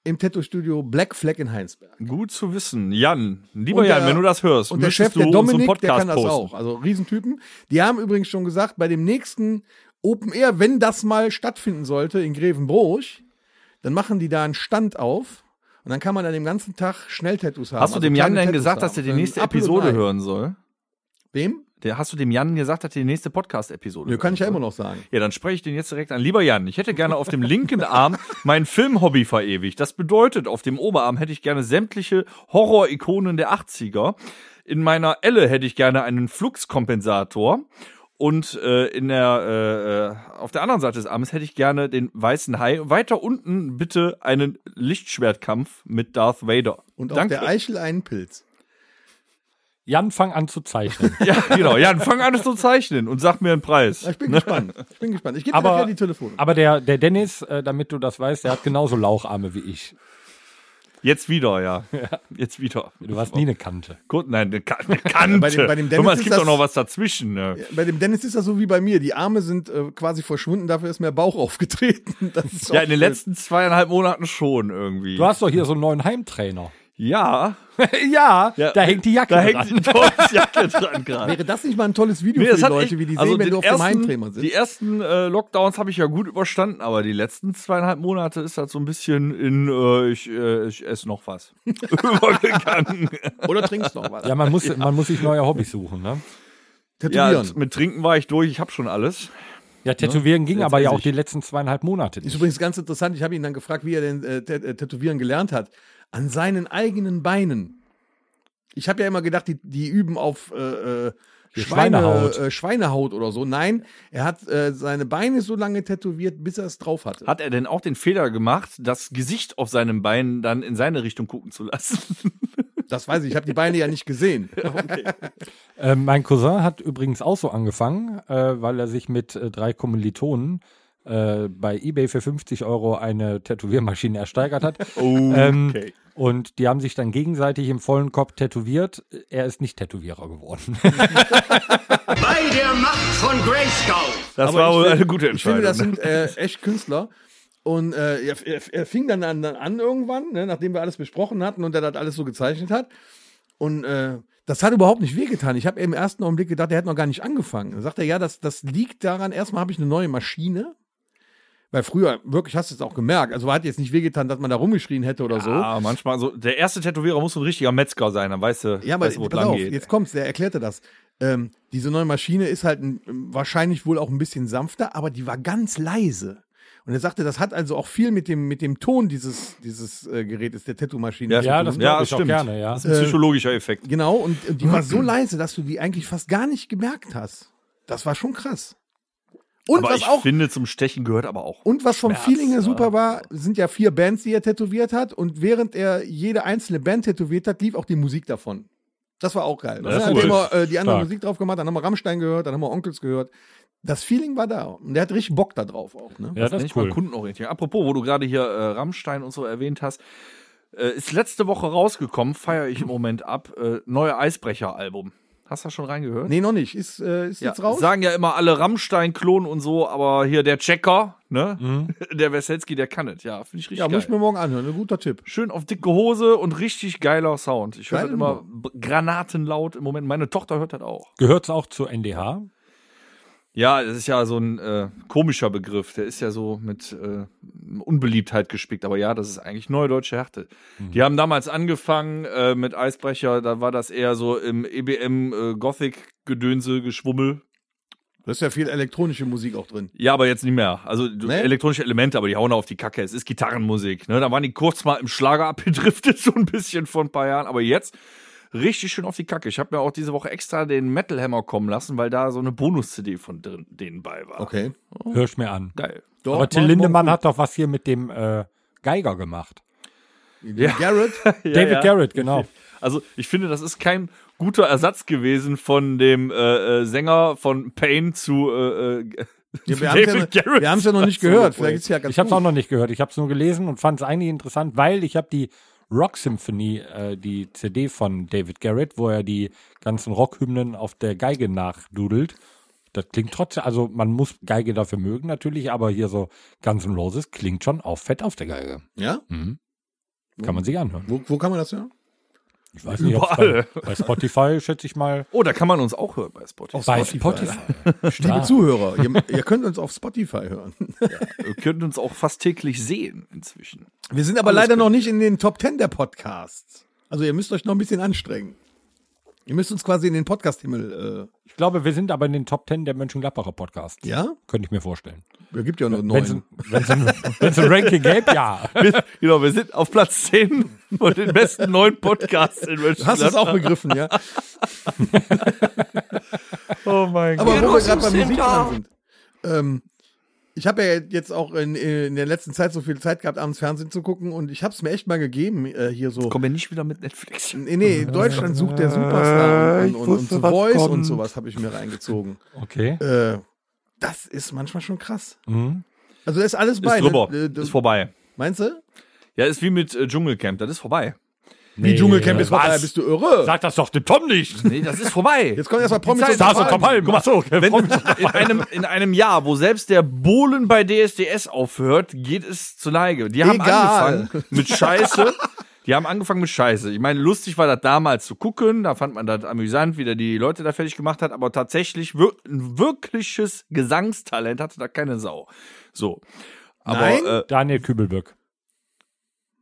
[SPEAKER 4] im Tattoo-Studio Black Flag in Heinsberg.
[SPEAKER 3] Gut zu wissen. Jan, lieber
[SPEAKER 4] Und
[SPEAKER 3] Jan,
[SPEAKER 4] der-
[SPEAKER 3] wenn du das hörst,
[SPEAKER 4] Und der
[SPEAKER 3] müsstest
[SPEAKER 4] Chef, der
[SPEAKER 3] du unseren
[SPEAKER 4] Dominik, der
[SPEAKER 3] Podcast
[SPEAKER 4] kann das
[SPEAKER 3] posten.
[SPEAKER 4] auch. Also Riesentypen. Die haben übrigens schon gesagt, bei dem nächsten Open Air, wenn das mal stattfinden sollte in Grevenbroich, dann machen die da einen Stand auf Und dann kann man an dem ganzen Tag Schnelltattoos haben.
[SPEAKER 3] Hast du dem
[SPEAKER 4] also
[SPEAKER 3] Jan
[SPEAKER 4] kleine
[SPEAKER 3] denn
[SPEAKER 4] Tattoos
[SPEAKER 3] gesagt, dass
[SPEAKER 4] haben.
[SPEAKER 3] er die
[SPEAKER 4] Dann
[SPEAKER 3] nächste
[SPEAKER 4] Apfel und
[SPEAKER 3] Episode
[SPEAKER 4] Ei.
[SPEAKER 3] hören soll?
[SPEAKER 4] Wem?
[SPEAKER 3] ne? Der, hast du dem Jan gesagt, dass er die nächste Podcast-Episode
[SPEAKER 4] Nö, kann ich ja
[SPEAKER 3] hören
[SPEAKER 4] immer
[SPEAKER 3] soll?
[SPEAKER 4] noch sagen.
[SPEAKER 3] Ja, dann spreche ich den jetzt direkt an. Lieber Jan, ich hätte gerne auf dem linken Arm mein Filmhobby verewigt. Das bedeutet, auf dem Oberarm hätte ich gerne sämtliche Horror-Ikonen der 80er. In meiner Elle hätte ich gerne einen Fluxkompensator. Und äh, in der, äh, äh, auf der anderen Seite des Armes hätte ich gerne den weißen Hai. Weiter unten bitte einen Lichtschwertkampf mit Darth Vader.
[SPEAKER 4] Und
[SPEAKER 3] Danke.
[SPEAKER 4] auf der Eichel einen Pilz.
[SPEAKER 2] Jan, fang an zu zeichnen.
[SPEAKER 3] Ja, genau. Jan, fang an zu zeichnen und sag mir einen Preis.
[SPEAKER 4] Ja, Ich bin gespannt. Ich bin gespannt. Ich gebe dir
[SPEAKER 2] Aber-
[SPEAKER 4] nachher die Telefone.
[SPEAKER 2] Aber der, der Dennis, äh, damit du das weißt, der hat genauso Laucharme wie ich.
[SPEAKER 3] Jetzt wieder, ja. Jetzt wieder.
[SPEAKER 2] Du hast nie eine Kante.
[SPEAKER 3] Gut, nein, eine Ka- eine Kante.
[SPEAKER 4] Bei dem- bei dem
[SPEAKER 3] Guck mal,
[SPEAKER 4] Dennis
[SPEAKER 3] es
[SPEAKER 4] ist
[SPEAKER 3] gibt doch
[SPEAKER 4] das-
[SPEAKER 3] noch was dazwischen. Ne?
[SPEAKER 4] Ja, Bei dem Dennis ist das so wie bei mir. Die Arme sind äh, quasi verschwunden, dafür ist mehr Bauch aufgetreten. Das ist
[SPEAKER 3] Ja,
[SPEAKER 4] auch
[SPEAKER 3] in den
[SPEAKER 4] schön.
[SPEAKER 3] letzten zweieinhalb Monaten schon irgendwie.
[SPEAKER 2] Du hast doch hier so einen neuen Heimtrainer.
[SPEAKER 3] ja,
[SPEAKER 2] ja,
[SPEAKER 3] Ja.
[SPEAKER 2] da hängt die Jacke
[SPEAKER 3] da
[SPEAKER 2] dran.
[SPEAKER 3] hängt die Teufelsjacke dran gerade.
[SPEAKER 4] Wäre das nicht mal ein tolles Video
[SPEAKER 3] Nee,
[SPEAKER 4] für
[SPEAKER 3] das
[SPEAKER 4] die
[SPEAKER 3] hat
[SPEAKER 4] Leute,
[SPEAKER 3] echt-
[SPEAKER 4] wie die sehen,
[SPEAKER 3] also
[SPEAKER 4] wenn
[SPEAKER 3] den
[SPEAKER 4] du auf dem
[SPEAKER 3] ersten-
[SPEAKER 4] Heimtrainer sitzt?
[SPEAKER 3] Die ersten äh, Lockdowns habe ich ja gut überstanden, aber die letzten zweieinhalb Monate ist das so ein bisschen in äh, ich, äh, ich esse noch was übergegangen.
[SPEAKER 4] Oder trinkst noch was?
[SPEAKER 2] Ja, man muss, man muss sich neue Hobbys suchen. Ne?
[SPEAKER 3] ja,
[SPEAKER 4] Tätowieren.
[SPEAKER 3] mit Trinken war ich durch, ich habe schon alles.
[SPEAKER 2] Ja, Tätowieren ging
[SPEAKER 3] Ne? Jetzt
[SPEAKER 2] aber ja
[SPEAKER 3] weiß
[SPEAKER 2] auch
[SPEAKER 3] ich.
[SPEAKER 2] die letzten zweieinhalb Monate
[SPEAKER 4] ist
[SPEAKER 2] nicht.
[SPEAKER 4] übrigens ganz interessant. Ich habe ihn dann gefragt, wie er denn äh, Tät- äh, Tätowieren gelernt hat. An seinen eigenen Beinen. Ich habe ja immer gedacht, die, die üben auf äh, äh,
[SPEAKER 2] Die
[SPEAKER 4] Schweine,
[SPEAKER 2] Schweinehaut.
[SPEAKER 4] Äh, Schweinehaut oder so. Nein, er hat äh, seine Beine so lange tätowiert, bis er es drauf hatte.
[SPEAKER 3] Hat er denn auch den Fehler gemacht, das Gesicht auf seinem Bein dann in seine Richtung gucken zu lassen?
[SPEAKER 4] Das weiß ich, ich habe die Beine ja nicht gesehen.
[SPEAKER 2] Ähm, mein Cousin hat übrigens auch so angefangen, äh, weil er sich mit äh, drei Kommilitonen äh, bei eBay für 50 Euro eine Tätowiermaschine ersteigert hat.
[SPEAKER 3] Oh,
[SPEAKER 2] Ähm, Und die haben sich dann gegenseitig im vollen Kopf tätowiert. Er ist nicht Tätowierer geworden.
[SPEAKER 5] Bei der Macht von Grayskull.
[SPEAKER 3] Das
[SPEAKER 4] Aber
[SPEAKER 3] war
[SPEAKER 4] ich
[SPEAKER 3] wohl
[SPEAKER 4] find-
[SPEAKER 3] eine gute
[SPEAKER 4] Ich finde,
[SPEAKER 3] Entscheidung. ne?
[SPEAKER 4] das sind äh, echt Künstler. Und äh, er, er, er fing dann an, dann an irgendwann, ne, nachdem wir alles besprochen hatten und er das alles so gezeichnet hat. Und äh, das hat überhaupt nicht wehgetan. Ich habe im ersten Augenblick gedacht, er hat noch gar nicht angefangen. Dann sagt er, ja, das, das liegt daran, erstmal habe ich eine neue Maschine. Weil früher, wirklich, hast du es auch gemerkt. Also hat jetzt nicht wehgetan, dass man da rumgeschrien hätte oder so.
[SPEAKER 3] Ah, manchmal so. Der erste Tätowierer muss ein richtiger Metzger sein, dann weißt du,
[SPEAKER 4] Ja, aber
[SPEAKER 3] weißt, du, wo es
[SPEAKER 4] pass
[SPEAKER 3] lang
[SPEAKER 4] auf,
[SPEAKER 3] geht.
[SPEAKER 4] jetzt kommt's, der erklärte das. Ähm, diese neue Maschine ist halt ein, wahrscheinlich wohl auch ein bisschen sanfter, aber die war ganz leise. Und er sagte, das hat also auch viel mit dem, mit dem Ton dieses, dieses äh, Gerätes, der Tattoo-Maschine
[SPEAKER 3] Ja,
[SPEAKER 4] zu
[SPEAKER 3] ja,
[SPEAKER 4] tun.
[SPEAKER 3] das-
[SPEAKER 2] glaub
[SPEAKER 3] ja, stimmt.
[SPEAKER 2] ja.
[SPEAKER 3] Das ist
[SPEAKER 4] äh,
[SPEAKER 3] ein psychologischer Effekt.
[SPEAKER 4] Genau, und, und die war so leise, dass du die eigentlich fast gar nicht gemerkt hast. Das war schon krass. Und
[SPEAKER 3] aber
[SPEAKER 4] was
[SPEAKER 3] ich
[SPEAKER 4] auch
[SPEAKER 3] finde, zum Stechen gehört aber auch.
[SPEAKER 4] und was vom
[SPEAKER 3] Schmerz,
[SPEAKER 4] Feeling her
[SPEAKER 3] ja.
[SPEAKER 4] super war, sind ja vier Bands, die er tätowiert hat. Und während er jede einzelne Band tätowiert hat, lief auch die Musik davon. Das war auch geil.
[SPEAKER 3] Das ist
[SPEAKER 4] Nachdem
[SPEAKER 3] cool.
[SPEAKER 4] wir äh, die andere
[SPEAKER 2] Stark.
[SPEAKER 4] Musik drauf gemacht, dann haben wir Rammstein gehört, dann haben wir Onkels gehört. Das Feeling war da. Und der hat richtig Bock da drauf auch. Ne?
[SPEAKER 2] Ja, das
[SPEAKER 3] Nenn
[SPEAKER 2] ist
[SPEAKER 3] ich mal
[SPEAKER 2] cool.
[SPEAKER 3] Kundenorientierung. Apropos, wo du gerade hier äh, Rammstein und so erwähnt hast, äh, ist letzte Woche rausgekommen, feiere ich im Moment ab, äh, neue Eisbrecher-Album. Hast du das schon reingehört?
[SPEAKER 4] Nee, noch nicht. Ist, äh, ist jetzt raus?
[SPEAKER 3] Sagen ja immer alle Rammstein-Klonen und so, aber hier der Checker, ne?
[SPEAKER 2] Mhm.
[SPEAKER 3] Der Weselski, der kann es. Ja, finde ich richtig
[SPEAKER 4] ja,
[SPEAKER 3] geil.
[SPEAKER 4] muss ich mir morgen anhören. Ein guter Tipp.
[SPEAKER 3] Schön auf dicke Hose und richtig geiler Sound. Ich höre
[SPEAKER 4] Geile
[SPEAKER 3] das immer b- granatenlaut im Moment. Meine Tochter hört das auch.
[SPEAKER 2] Gehört's auch zu NDH?
[SPEAKER 3] Ja, das ist ja so ein äh, komischer Begriff. Der ist ja so mit äh, Unbeliebtheit gespickt. Aber ja, das ist eigentlich neue deutsche Härte. Die haben damals angefangen äh, mit Eisbrecher. Da war das eher so im E äh, EBM-Gothic-Gedönse, Geschwummel.
[SPEAKER 4] Da ist ja viel elektronische Musik auch drin.
[SPEAKER 3] Ja, aber jetzt nicht mehr. Also du-
[SPEAKER 4] Nee?
[SPEAKER 3] elektronische Elemente, aber die hauen auf die Kacke. Es ist Gitarrenmusik. Ne? Da waren die kurz mal im Schlager abgedriftet, so ein bisschen vor ein paar Jahren. Aber jetzt richtig schön auf die Kacke. Ich habe mir auch diese Woche extra den Metal Hammer kommen lassen, weil da so eine Bonus-CD von drin- denen bei war.
[SPEAKER 4] Okay.
[SPEAKER 3] Oh.
[SPEAKER 2] Hör's mir an.
[SPEAKER 3] Geil.
[SPEAKER 4] Doch,
[SPEAKER 2] Aber Till
[SPEAKER 4] morgen-
[SPEAKER 2] Lindemann
[SPEAKER 4] morgen-
[SPEAKER 2] hat doch was hier mit dem äh, Geiger gemacht.
[SPEAKER 4] Den Garrett.
[SPEAKER 2] David
[SPEAKER 3] ja.
[SPEAKER 2] Garrett, genau.
[SPEAKER 3] Also ich finde, das ist kein guter Ersatz gewesen von dem äh, äh, Sänger von Pain zu äh, äh,
[SPEAKER 4] Ja, wir haben's ja
[SPEAKER 3] David
[SPEAKER 4] noch-
[SPEAKER 3] Garrett.
[SPEAKER 4] wir haben es ja noch nicht gehört. Vielleicht ist ja ganz
[SPEAKER 2] Ich habe es
[SPEAKER 4] gut.
[SPEAKER 2] auch noch nicht gehört. Ich habe es nur gelesen und fand es eigentlich interessant, weil ich habe die Rock Symphony, äh, die CD von David Garrett, wo er die ganzen Rockhymnen auf der Geige nachdudelt. Das klingt trotzdem, also man muss Geige dafür mögen natürlich, aber hier so Guns N' Roses klingt schon auch fett auf der Geige. Mhm.
[SPEAKER 4] Ja?
[SPEAKER 2] Kann man sich anhören.
[SPEAKER 4] Wo, wo kann man das hören?
[SPEAKER 2] Ich weiß nicht, ob's
[SPEAKER 3] Überall.
[SPEAKER 2] bei, bei Spotify schätze ich mal.
[SPEAKER 3] Oh, da kann man uns auch hören bei Spotify.
[SPEAKER 2] Bei
[SPEAKER 4] Spotify.
[SPEAKER 2] Spotify.
[SPEAKER 4] Liebe
[SPEAKER 2] Stark.
[SPEAKER 4] Zuhörer, ihr, ihr könnt uns auf Spotify hören.
[SPEAKER 3] Ihr könnt uns auch fast täglich sehen inzwischen.
[SPEAKER 4] Wir sind aber leider noch nicht in den Top Ten der Podcasts. Also ihr müsst euch noch ein bisschen anstrengen. Ihr müsst uns quasi in den Podcast-Himmel,
[SPEAKER 2] Ich glaube, wir sind aber in den Top Ten der Mönchengladbacher Podcasts.
[SPEAKER 4] äh, ja?
[SPEAKER 2] Könnte ich mir vorstellen.
[SPEAKER 4] Da gibt ja noch
[SPEAKER 2] Wenn es
[SPEAKER 4] neun.
[SPEAKER 2] ein, wenn's ein, wenn's ein Ranking gäbe, ja.
[SPEAKER 3] Wir- genau, wir sind auf Platz 10 von den besten neuen Podcasts in
[SPEAKER 4] Du hast es
[SPEAKER 3] Mönchengladbach.
[SPEAKER 4] auch begriffen, ja?
[SPEAKER 3] Oh mein
[SPEAKER 4] Aber wo wir gerade bei Musik dran sind. Ähm, ich habe ja jetzt auch in, in der letzten Zeit so viel Zeit gehabt, abends Fernsehen zu gucken und ich habe es mir echt mal gegeben, äh, hier so.
[SPEAKER 3] Kommen wir nicht wieder mit Netflix.
[SPEAKER 4] Nee, nee, Deutschland sucht der Superstar und,
[SPEAKER 3] Äh, ich
[SPEAKER 4] und, und
[SPEAKER 3] wusste,
[SPEAKER 4] The
[SPEAKER 3] was
[SPEAKER 4] Voice und
[SPEAKER 3] kommt.
[SPEAKER 4] sowas habe ich mir reingezogen.
[SPEAKER 2] Okay.
[SPEAKER 4] Äh, das ist manchmal schon krass.
[SPEAKER 2] Mhm.
[SPEAKER 4] Also da ist alles
[SPEAKER 3] Ist
[SPEAKER 4] bei. ne?
[SPEAKER 3] drüber.
[SPEAKER 4] Äh, das-
[SPEAKER 3] Ist vorbei.
[SPEAKER 4] Meinst du?
[SPEAKER 3] Ja, ist wie mit äh, Dschungelcamp. Das ist vorbei.
[SPEAKER 4] Wie Dschungelcamp ist vorbei,
[SPEAKER 2] was?
[SPEAKER 4] bist du irre?
[SPEAKER 2] Sag das doch dem Tom nicht.
[SPEAKER 3] Nee, das ist vorbei.
[SPEAKER 4] Jetzt kommt erstmal Promis um
[SPEAKER 3] Zeit-
[SPEAKER 4] aus
[SPEAKER 2] Da ist
[SPEAKER 4] Palm.
[SPEAKER 2] doch Tom Palm. Guck mal so.
[SPEAKER 3] Wenn, in, einem, in einem Jahr, wo selbst der Bohlen bei DSDS aufhört, geht es zur Neige. Die haben
[SPEAKER 4] Egal.
[SPEAKER 3] angefangen mit Scheiße. Die haben angefangen mit Scheiße. Ich meine, lustig war das damals zu gucken. Da fand man das amüsant, wie der die Leute da fertig gemacht hat. Aber tatsächlich, wir, ein wirkliches Gesangstalent hatte da keine Sau. So. Aber,
[SPEAKER 4] Nein?
[SPEAKER 3] Äh,
[SPEAKER 2] Daniel Kübelböck.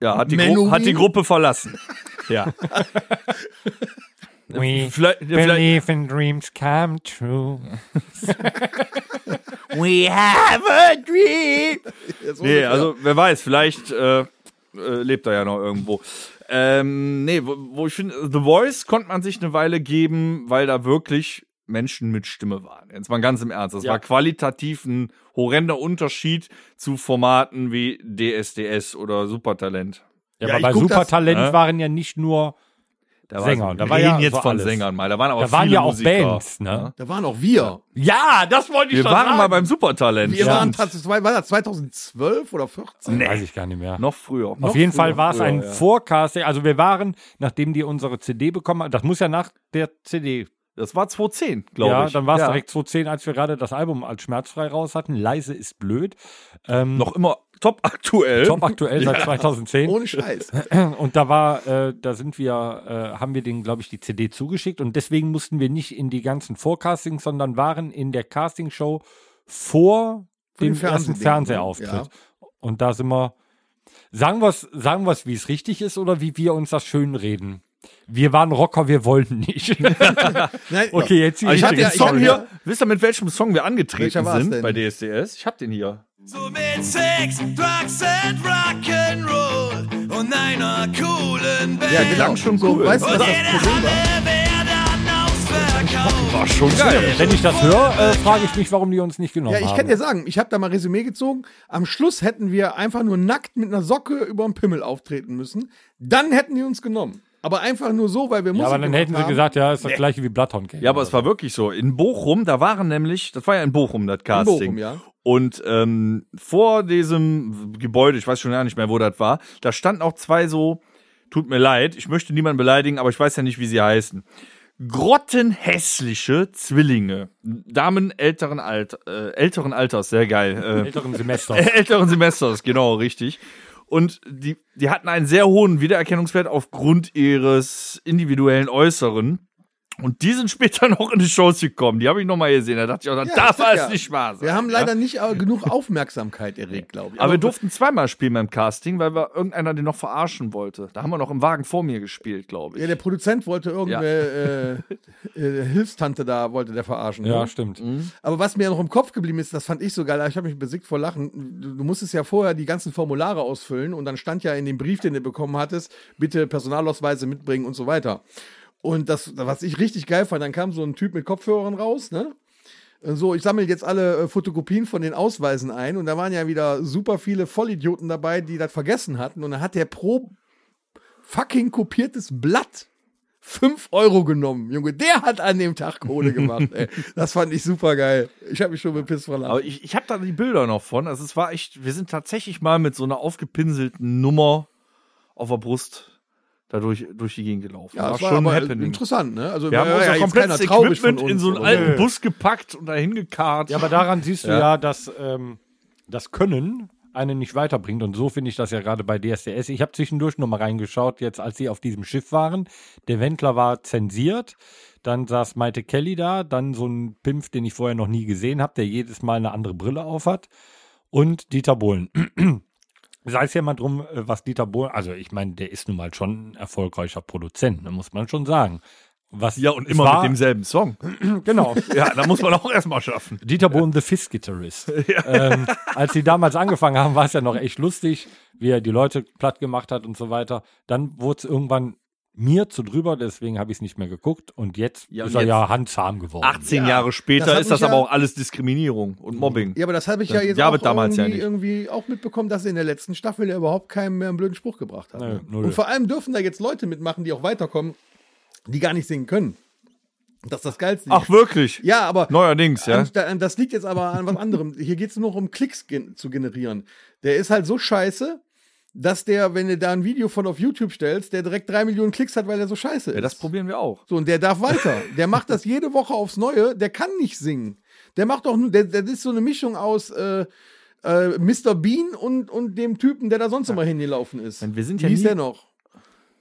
[SPEAKER 3] ja, hat die, Gru
[SPEAKER 4] Menuhin?
[SPEAKER 3] hat die Gruppe verlassen. Ja.
[SPEAKER 2] We
[SPEAKER 3] Vielleicht, ja, vielleicht,
[SPEAKER 2] in dreams come true.
[SPEAKER 3] We have a dream.
[SPEAKER 4] Jetzt
[SPEAKER 3] Nee,
[SPEAKER 4] ungefähr.
[SPEAKER 3] also wer weiß, vielleicht äh, äh, lebt er ja noch irgendwo. Ähm, nee, wo, wo ich finde, The Voice konnte man sich eine Weile geben, weil da wirklich Menschen mit Stimme waren. Jetzt mal ganz im Ernst. Das
[SPEAKER 2] Ja.
[SPEAKER 3] war qualitativ ein horrender Unterschied zu Formaten wie DSDS oder Supertalent.
[SPEAKER 2] Ja,
[SPEAKER 4] Ja,
[SPEAKER 2] aber
[SPEAKER 4] ich
[SPEAKER 2] bei
[SPEAKER 4] guck das-
[SPEAKER 2] Supertalent
[SPEAKER 3] Ja.
[SPEAKER 2] waren ja nicht nur,
[SPEAKER 3] Da
[SPEAKER 2] Sänger,
[SPEAKER 3] war,
[SPEAKER 2] da
[SPEAKER 3] wir
[SPEAKER 2] war
[SPEAKER 3] reden
[SPEAKER 2] ja
[SPEAKER 3] jetzt
[SPEAKER 2] so
[SPEAKER 3] von
[SPEAKER 2] alles.
[SPEAKER 3] Sängern mal. Da waren aber
[SPEAKER 2] da waren
[SPEAKER 3] viele
[SPEAKER 2] ja auch
[SPEAKER 3] Musiker.
[SPEAKER 2] Bands, ne?
[SPEAKER 4] da waren auch wir.
[SPEAKER 2] Ja, das wollte
[SPEAKER 3] Wir waren mal beim Supertalent.
[SPEAKER 4] Wir
[SPEAKER 3] Ja.
[SPEAKER 4] waren tatsächlich, war das 2012 oder 14?
[SPEAKER 2] Nee. Weiß ich gar nicht mehr.
[SPEAKER 3] noch früher.
[SPEAKER 2] Auf jeden Fall war es
[SPEAKER 3] früher,
[SPEAKER 2] ein
[SPEAKER 3] ja.
[SPEAKER 2] Forecasting. Also wir waren, nachdem die unsere CD bekommen haben, das muss ja nach der CD,
[SPEAKER 3] Das war 2010, glaube
[SPEAKER 2] ja,
[SPEAKER 3] ich.
[SPEAKER 2] dann war es direkt 2010, als wir gerade das Album als schmerzfrei raus hatten. Leise ist blöd. Ähm,
[SPEAKER 3] noch immer top aktuell.
[SPEAKER 2] Top aktuell seit 2010.
[SPEAKER 4] Ohne Scheiß.
[SPEAKER 2] Und da war, äh, da sind wir, äh, haben wir denen, glaube ich, die CD zugeschickt und deswegen mussten wir nicht in die ganzen Vorcastings, sondern waren in der Castingshow vor
[SPEAKER 4] Vor dem
[SPEAKER 2] dem ersten
[SPEAKER 4] Fernsehding,
[SPEAKER 2] Fernsehauftritt.
[SPEAKER 4] ne?
[SPEAKER 2] Und da sind wir, sagen wir es, sagen wir's, wie es richtig ist oder wie wir uns das schön reden. Wir waren Rocker, wir wollten nicht.
[SPEAKER 4] Nein,
[SPEAKER 2] okay, jetzt
[SPEAKER 3] Also ich habe
[SPEAKER 4] Ich
[SPEAKER 3] den
[SPEAKER 4] hab ja-
[SPEAKER 3] Song
[SPEAKER 4] ich
[SPEAKER 3] hier.
[SPEAKER 4] hab
[SPEAKER 3] Wisst ihr, mit welchem Song wir angetreten
[SPEAKER 4] Welcher war's
[SPEAKER 3] sind
[SPEAKER 4] denn?
[SPEAKER 3] bei DSDS? Ich habe den hier.
[SPEAKER 6] So mit Sex, Drugs and Rock'n'Roll und einer coolen Band.
[SPEAKER 4] Ja, genau.
[SPEAKER 3] Klang schon
[SPEAKER 4] so,
[SPEAKER 3] cool.
[SPEAKER 4] Weißt du, was
[SPEAKER 6] und
[SPEAKER 4] das
[SPEAKER 6] jede
[SPEAKER 4] Problem war?
[SPEAKER 6] Halle werden ausverkauft.
[SPEAKER 3] War schon geil.
[SPEAKER 2] Wenn ich das höre, äh, frage ich mich, warum die uns nicht genommen
[SPEAKER 4] Ja, ich
[SPEAKER 2] haben.
[SPEAKER 4] kann dir sagen, ich habe da mal Resümee gezogen. Am Schluss hätten wir einfach nur nackt mit einer Socke über dem Pimmel auftreten müssen. Dann hätten die uns genommen. Aber einfach nur so, weil wir
[SPEAKER 2] ja,
[SPEAKER 4] Musik
[SPEAKER 2] aber dann hätten
[SPEAKER 4] gemacht
[SPEAKER 2] sie
[SPEAKER 4] haben.
[SPEAKER 2] gesagt, ja, ist das gleiche wie Bloodhound Gang.
[SPEAKER 3] Ja, aber es war wirklich so. In Bochum, da waren nämlich, das war ja in Bochum, das Casting.
[SPEAKER 4] Bochum, ja.
[SPEAKER 3] Und ähm, vor diesem Gebäude, ich weiß schon gar nicht mehr, wo das war, da standen auch zwei so, tut mir leid, ich möchte niemanden beleidigen, aber ich weiß ja nicht, wie sie heißen. Grottenhässliche Zwillinge. Damen älteren, Alt, äh, älteren Alters, sehr geil. Äh,
[SPEAKER 2] älteren Semester.
[SPEAKER 3] älteren Semesters, genau, richtig. Und die, die hatten einen sehr hohen Wiedererkennungswert aufgrund ihres individuellen Äußeren. Und die sind später noch in die Shows gekommen. Die habe ich nochmal gesehen. Da dachte ich auch,
[SPEAKER 4] Ja,
[SPEAKER 3] das
[SPEAKER 4] ich sag
[SPEAKER 3] darf
[SPEAKER 4] ja.
[SPEAKER 3] es nicht wahr sein.
[SPEAKER 4] Wir haben
[SPEAKER 3] ja?
[SPEAKER 4] leider nicht äh, genug Aufmerksamkeit erregt, glaube ich.
[SPEAKER 3] Aber wir durften zweimal spielen beim Casting, weil wir irgendeiner den noch verarschen wollte. Da haben wir noch im Wagen vor mir gespielt, glaube
[SPEAKER 4] ja,
[SPEAKER 3] ich.
[SPEAKER 4] der Produzent wollte irgendeine äh, äh, Hilfstante da, wollte der verarschen.
[SPEAKER 2] Ja,
[SPEAKER 4] ne?
[SPEAKER 2] stimmt.
[SPEAKER 4] Aber was mir noch im Kopf geblieben ist, das fand ich so geil, ich habe mich besiegt vor Lachen. Du, du musstest ja vorher die ganzen Formulare ausfüllen und dann stand ja in dem Brief, den du bekommen hattest, bitte Personalausweise mitbringen und so weiter. Und das, was ich richtig geil fand, dann kam so ein Typ mit Kopfhörern raus, ne? Und So, ich sammle jetzt alle äh, Fotokopien von den Ausweisen ein und da waren ja wieder super viele Vollidioten dabei, die das vergessen hatten. Und dann hat der pro fucking kopiertes Blatt 5 Euro genommen. Junge, der hat an dem Tag Kohle gemacht. Ey. Das fand ich super geil. Ich habe mich schon bepisst vor
[SPEAKER 3] Aber
[SPEAKER 4] Lachen.
[SPEAKER 3] ich, ich habe da die Bilder noch von. Also es war echt, wir sind tatsächlich mal mit so einer aufgepinselten Nummer auf der Brust da durch, durch die Gegend gelaufen.
[SPEAKER 4] Ja, das war
[SPEAKER 3] ein
[SPEAKER 4] aber
[SPEAKER 3] Happening.
[SPEAKER 4] interessant, ne? Also,
[SPEAKER 3] Wir haben
[SPEAKER 4] war
[SPEAKER 3] unser
[SPEAKER 4] jetzt
[SPEAKER 3] komplettes
[SPEAKER 4] keiner traurig von
[SPEAKER 3] Equipment in so einen
[SPEAKER 4] oder
[SPEAKER 3] alten Bus gepackt und dahin gekarrt.
[SPEAKER 2] Ja, aber daran siehst du ja, dass ähm, das Können einen nicht weiterbringt. Und so finde ich das ja gerade bei DSDS. Ich habe zwischendurch noch mal reingeschaut, jetzt als sie auf diesem Schiff waren. Der Wendler war zensiert. Dann saß Maite Kelly da. Dann so ein Pimpf, den ich vorher noch nie gesehen habe, der jedes Mal eine andere Brille auf hat. Und Dieter Bohlen. Sei es ja mal drum, äh, was Dieter Bohlen, also ich meine, der ist nun mal schon ein erfolgreicher Produzent, ne, muss man schon sagen. Was
[SPEAKER 3] Ja, und immer
[SPEAKER 2] war,
[SPEAKER 3] mit demselben Song.
[SPEAKER 2] Genau.
[SPEAKER 3] Ja, da muss man auch erstmal schaffen.
[SPEAKER 2] Dieter Bohlen, The Fist Guitarist. Ähm, als sie damals angefangen haben, war es ja noch echt lustig, wie er die Leute platt gemacht hat und so weiter. Dann wurde es irgendwann mir zu drüber, deswegen habe ich es nicht mehr geguckt. Und jetzt
[SPEAKER 3] Ja,
[SPEAKER 2] ist
[SPEAKER 3] und
[SPEAKER 2] er
[SPEAKER 3] jetzt-
[SPEAKER 2] ja handzahm geworden.
[SPEAKER 3] 18 Jahre später
[SPEAKER 4] Das hat
[SPEAKER 3] ist das
[SPEAKER 4] mich
[SPEAKER 3] aber
[SPEAKER 4] ja-
[SPEAKER 3] auch alles Diskriminierung und Mobbing.
[SPEAKER 4] Ja, aber das habe ich ja jetzt
[SPEAKER 3] Ja, aber
[SPEAKER 4] auch
[SPEAKER 3] damals ja
[SPEAKER 4] irgendwie,
[SPEAKER 3] nicht.
[SPEAKER 4] irgendwie auch mitbekommen, dass in der letzten Staffel er überhaupt keinen mehr einen blöden Spruch gebracht hat.
[SPEAKER 2] Nö,
[SPEAKER 4] ne?
[SPEAKER 2] null.
[SPEAKER 4] Und vor allem dürfen da jetzt Leute mitmachen, die auch weiterkommen, die gar nicht singen können. Das ist das Geilste.
[SPEAKER 3] Ach, wirklich?
[SPEAKER 4] ja, aber
[SPEAKER 3] Neuerdings, ja.
[SPEAKER 4] An- da- Das liegt jetzt aber an was anderem. Hier geht es nur noch um Klicks gen zu generieren. Der ist halt so scheiße, dass der, wenn du da ein Video von auf YouTube stellst, der direkt drei Millionen Klicks hat, weil er so scheiße ist.
[SPEAKER 3] Ja, das probieren wir auch.
[SPEAKER 4] so, und der darf weiter. Der macht das jede Woche aufs Neue. Der kann nicht singen. Der macht doch nur, der, der ist so eine Mischung aus äh, äh, Mr. Bean und, und dem Typen, der da sonst immer hingelaufen ist.
[SPEAKER 3] Denn wir sind ja
[SPEAKER 4] Wie ist
[SPEAKER 3] nie-
[SPEAKER 4] der noch?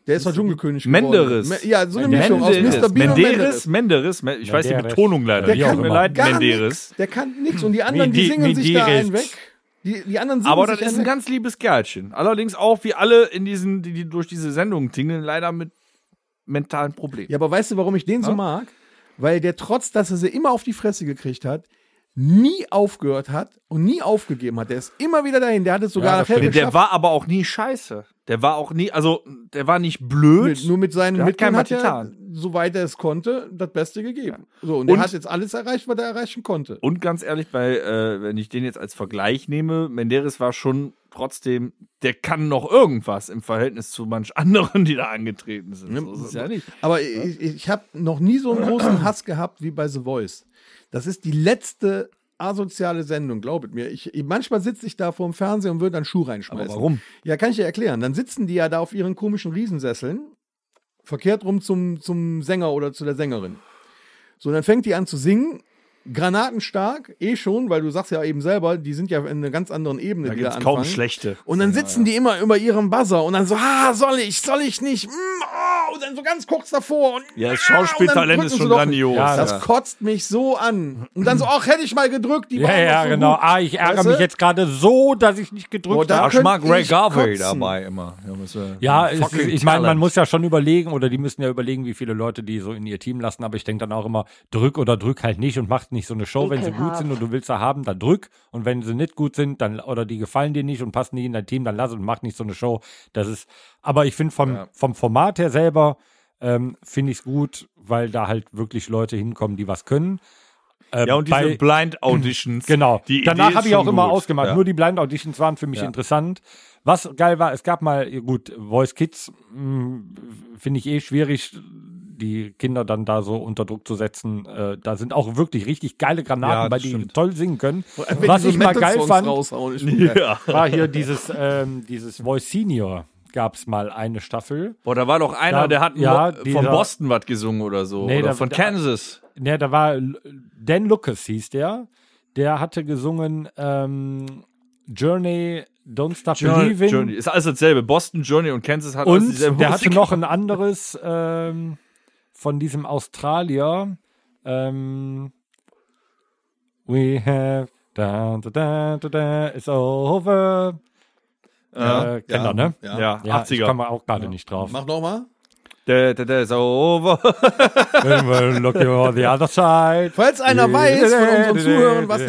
[SPEAKER 4] Der ist doch Dschungelkönig geworden.
[SPEAKER 3] Menderes.
[SPEAKER 4] Me- Ja, so eine Mischung aus Mr. Bean und
[SPEAKER 3] Menderes, Menderes, Me- ich weiß die
[SPEAKER 2] Menderes.
[SPEAKER 3] Betonung leider.
[SPEAKER 2] Der
[SPEAKER 3] nicht.
[SPEAKER 2] kann
[SPEAKER 3] Tut mir
[SPEAKER 2] immer.
[SPEAKER 3] leid,
[SPEAKER 4] Gar
[SPEAKER 3] Menderes.
[SPEAKER 4] nix. Der kann nichts. Und die anderen, die
[SPEAKER 3] Medi-
[SPEAKER 4] singen sich da
[SPEAKER 3] Mediris.
[SPEAKER 4] einen weg. Die, die anderen singen
[SPEAKER 3] Aber
[SPEAKER 4] sich
[SPEAKER 3] das ist
[SPEAKER 4] einen
[SPEAKER 3] ein
[SPEAKER 4] weg.
[SPEAKER 3] ganz liebes Kerlchen. Allerdings auch wie alle in diesen, die, die durch diese Sendung tingeln, leider mit mentalen Problemen.
[SPEAKER 4] Ja, aber weißt du, warum ich den so
[SPEAKER 3] Ja?
[SPEAKER 4] mag? Weil der trotz, dass er sie immer auf die Fresse gekriegt hat, nie aufgehört hat und nie aufgegeben hat. Der ist immer wieder dahin. Der hat es sogar
[SPEAKER 2] Ja, das
[SPEAKER 4] nachher
[SPEAKER 3] der,
[SPEAKER 2] stimmt.
[SPEAKER 4] geschafft.
[SPEAKER 3] war aber auch nie scheiße. Der war auch nie, also der war nicht blöd.
[SPEAKER 4] Mit- nur mit seinen
[SPEAKER 3] Der hat
[SPEAKER 4] Mitteln
[SPEAKER 3] keinem
[SPEAKER 4] hat
[SPEAKER 3] was
[SPEAKER 4] er, soweit er es konnte, das Beste gegeben. So, und, er
[SPEAKER 3] Und-
[SPEAKER 4] hat jetzt alles erreicht, was er erreichen konnte.
[SPEAKER 3] Und ganz ehrlich, bei, äh, wenn ich den jetzt als Vergleich nehme, Menderes war schon trotzdem, der kann noch irgendwas im Verhältnis zu manch anderen, die da angetreten sind. So ist es ja nicht.
[SPEAKER 4] Aber ich, ich habe noch nie so einen großen Hass gehabt wie bei The Voice. Das ist die letzte asoziale Sendung, glaubet mir. Ich, ich, manchmal sitze ich da vor dem Fernseher und würde einen Schuh reinschmeißen.
[SPEAKER 3] warum?
[SPEAKER 4] Ja, kann ich dir erklären. Dann sitzen die ja da auf ihren komischen Riesensesseln, verkehrt rum zum, zum Sänger oder zu der Sängerin. So, dann fängt die an zu singen. Granatenstark, eh schon, weil du sagst ja eben selber, die sind ja in einer ganz anderen Ebene.
[SPEAKER 3] Da
[SPEAKER 4] die
[SPEAKER 3] gibt es kaum
[SPEAKER 4] anfangen.
[SPEAKER 3] schlechte.
[SPEAKER 4] Und dann sitzen die immer über ihrem Buzzer und dann so, ah, soll ich, soll ich nicht, mm, oh, und dann so ganz kurz davor. Und,
[SPEAKER 3] Ja, das
[SPEAKER 4] ah, und dann
[SPEAKER 3] Schauspieltalent
[SPEAKER 4] drücken
[SPEAKER 3] ist
[SPEAKER 4] sie
[SPEAKER 3] schon
[SPEAKER 4] doch-
[SPEAKER 3] grandios.
[SPEAKER 2] Ja,
[SPEAKER 4] Das
[SPEAKER 3] ja.
[SPEAKER 4] kotzt mich so an. Und dann so, ach, hätte ich mal gedrückt, die
[SPEAKER 2] Ja,
[SPEAKER 4] waren
[SPEAKER 2] ja,
[SPEAKER 4] doch so
[SPEAKER 2] genau.
[SPEAKER 4] gut.
[SPEAKER 2] Ah, ich ärgere
[SPEAKER 4] Weißt du?
[SPEAKER 2] mich jetzt gerade so, dass ich nicht gedrückt
[SPEAKER 4] Boah,
[SPEAKER 2] habe.
[SPEAKER 4] da
[SPEAKER 3] Da
[SPEAKER 4] könnt
[SPEAKER 3] schmarrt Ray
[SPEAKER 4] ich
[SPEAKER 3] Garvey
[SPEAKER 4] kotzen.
[SPEAKER 3] dabei immer. Ja, muss, äh,
[SPEAKER 2] Ja,
[SPEAKER 3] ein
[SPEAKER 2] es ist,
[SPEAKER 3] fucking
[SPEAKER 2] ich meine, man
[SPEAKER 3] Talent.
[SPEAKER 2] muss ja schon überlegen oder die müssen ja überlegen, wie viele Leute die so in ihr Team lassen. Aber ich denke dann auch immer, drück oder drück halt nicht und macht nicht so eine Show. Wenn sie gut sind und du willst sie haben, dann drück. Und wenn sie nicht gut sind, dann oder die gefallen dir nicht und passen nicht in dein Team, dann lass und mach nicht so eine Show. Das ist, aber ich finde vom, vom Format her selber ähm, finde ich es gut, weil da halt wirklich Leute hinkommen, die was können. Ähm,
[SPEAKER 3] Ja, und diese
[SPEAKER 2] bei-
[SPEAKER 3] Blind Auditions.
[SPEAKER 2] Genau.
[SPEAKER 3] Die
[SPEAKER 2] Danach
[SPEAKER 3] Idee
[SPEAKER 2] habe
[SPEAKER 3] ist
[SPEAKER 2] ich auch
[SPEAKER 3] schon
[SPEAKER 2] immer
[SPEAKER 3] gut.
[SPEAKER 2] ausgemacht.
[SPEAKER 3] Ja.
[SPEAKER 2] Nur die Blind Auditions waren für mich interessant. Was geil war, es gab mal, gut, Voice Kids mh, finde ich eh schwierig, die Kinder dann da so unter Druck zu setzen. Äh, da sind auch wirklich richtig geile Granaten,
[SPEAKER 3] Ja,
[SPEAKER 2] bei
[SPEAKER 3] das
[SPEAKER 2] die
[SPEAKER 3] stimmt.
[SPEAKER 2] toll singen können.
[SPEAKER 4] Wenn die
[SPEAKER 2] Was
[SPEAKER 4] so
[SPEAKER 2] ich mal
[SPEAKER 4] Metal-Songs
[SPEAKER 2] geil fand,
[SPEAKER 4] Raushauen, ist schon geil.
[SPEAKER 2] war hier dieses, ähm, dieses Voice Senior gab es mal eine Staffel.
[SPEAKER 3] Boah, da war doch einer,
[SPEAKER 2] Da-
[SPEAKER 3] der hat
[SPEAKER 2] ja,
[SPEAKER 3] mo-
[SPEAKER 2] dieser-
[SPEAKER 3] von Boston was gesungen oder so.
[SPEAKER 2] Nee,
[SPEAKER 3] oder
[SPEAKER 2] da-
[SPEAKER 3] von
[SPEAKER 2] da-
[SPEAKER 3] Kansas.
[SPEAKER 2] Ne, da war L- Dan Lucas hieß der. Der hatte gesungen ähm, Journey, Don't Stop Believing.
[SPEAKER 3] Journey. Ist alles dasselbe. Boston, Journey und Kansas hat alles
[SPEAKER 2] Und
[SPEAKER 3] dieselbe
[SPEAKER 2] der
[SPEAKER 3] Musik.
[SPEAKER 2] hatte noch ein anderes ähm, von diesem Australier. Ähm, we have da, da, da, da, da, it's over.
[SPEAKER 3] Ja,
[SPEAKER 2] äh, kennt ihr, ne?
[SPEAKER 3] Ja,
[SPEAKER 2] Ja, ich
[SPEAKER 3] 80er.
[SPEAKER 2] komme auch gerade nicht drauf.
[SPEAKER 4] Mach nochmal.
[SPEAKER 3] Da, da, da, ist over.
[SPEAKER 2] Then we'll Look you on the other side.
[SPEAKER 4] Falls einer weiß von unseren Zuhörern, was der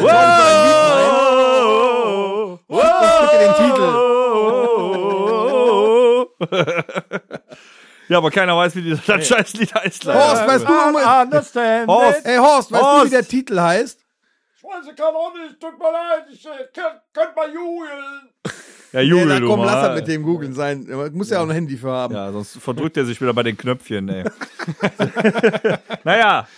[SPEAKER 4] Song sein Lied heißt, den Titel.
[SPEAKER 3] ja, aber keiner weiß, wie dieses das Scheißlied heißt. leider.
[SPEAKER 4] Horst, weißt du,
[SPEAKER 2] I
[SPEAKER 4] Moment.
[SPEAKER 2] understand.
[SPEAKER 3] Horst,
[SPEAKER 2] it.
[SPEAKER 4] Ey, Horst, weißt du, wie
[SPEAKER 3] Horst.
[SPEAKER 4] der Titel heißt?
[SPEAKER 3] ja,
[SPEAKER 4] Ja,
[SPEAKER 3] Jubel,
[SPEAKER 4] na,
[SPEAKER 3] du
[SPEAKER 4] komm,
[SPEAKER 3] mal.
[SPEAKER 4] lass das mit dem Googeln sein. Man muss ja auch ein Handy für haben.
[SPEAKER 3] Ja, sonst verdrückt er sich wieder bei den Knöpfchen, ey. naja,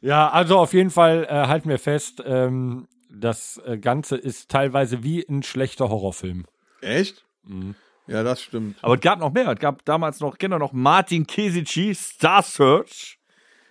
[SPEAKER 2] Ja, also auf jeden Fall äh, halten wir fest, ähm, das äh, Ganze ist teilweise wie ein schlechter Horrorfilm.
[SPEAKER 4] Echt?
[SPEAKER 2] Mhm.
[SPEAKER 4] Ja, das stimmt.
[SPEAKER 3] aber es gab noch mehr. Es gab damals noch, kennt ihr noch Martin Kesici, Star Search.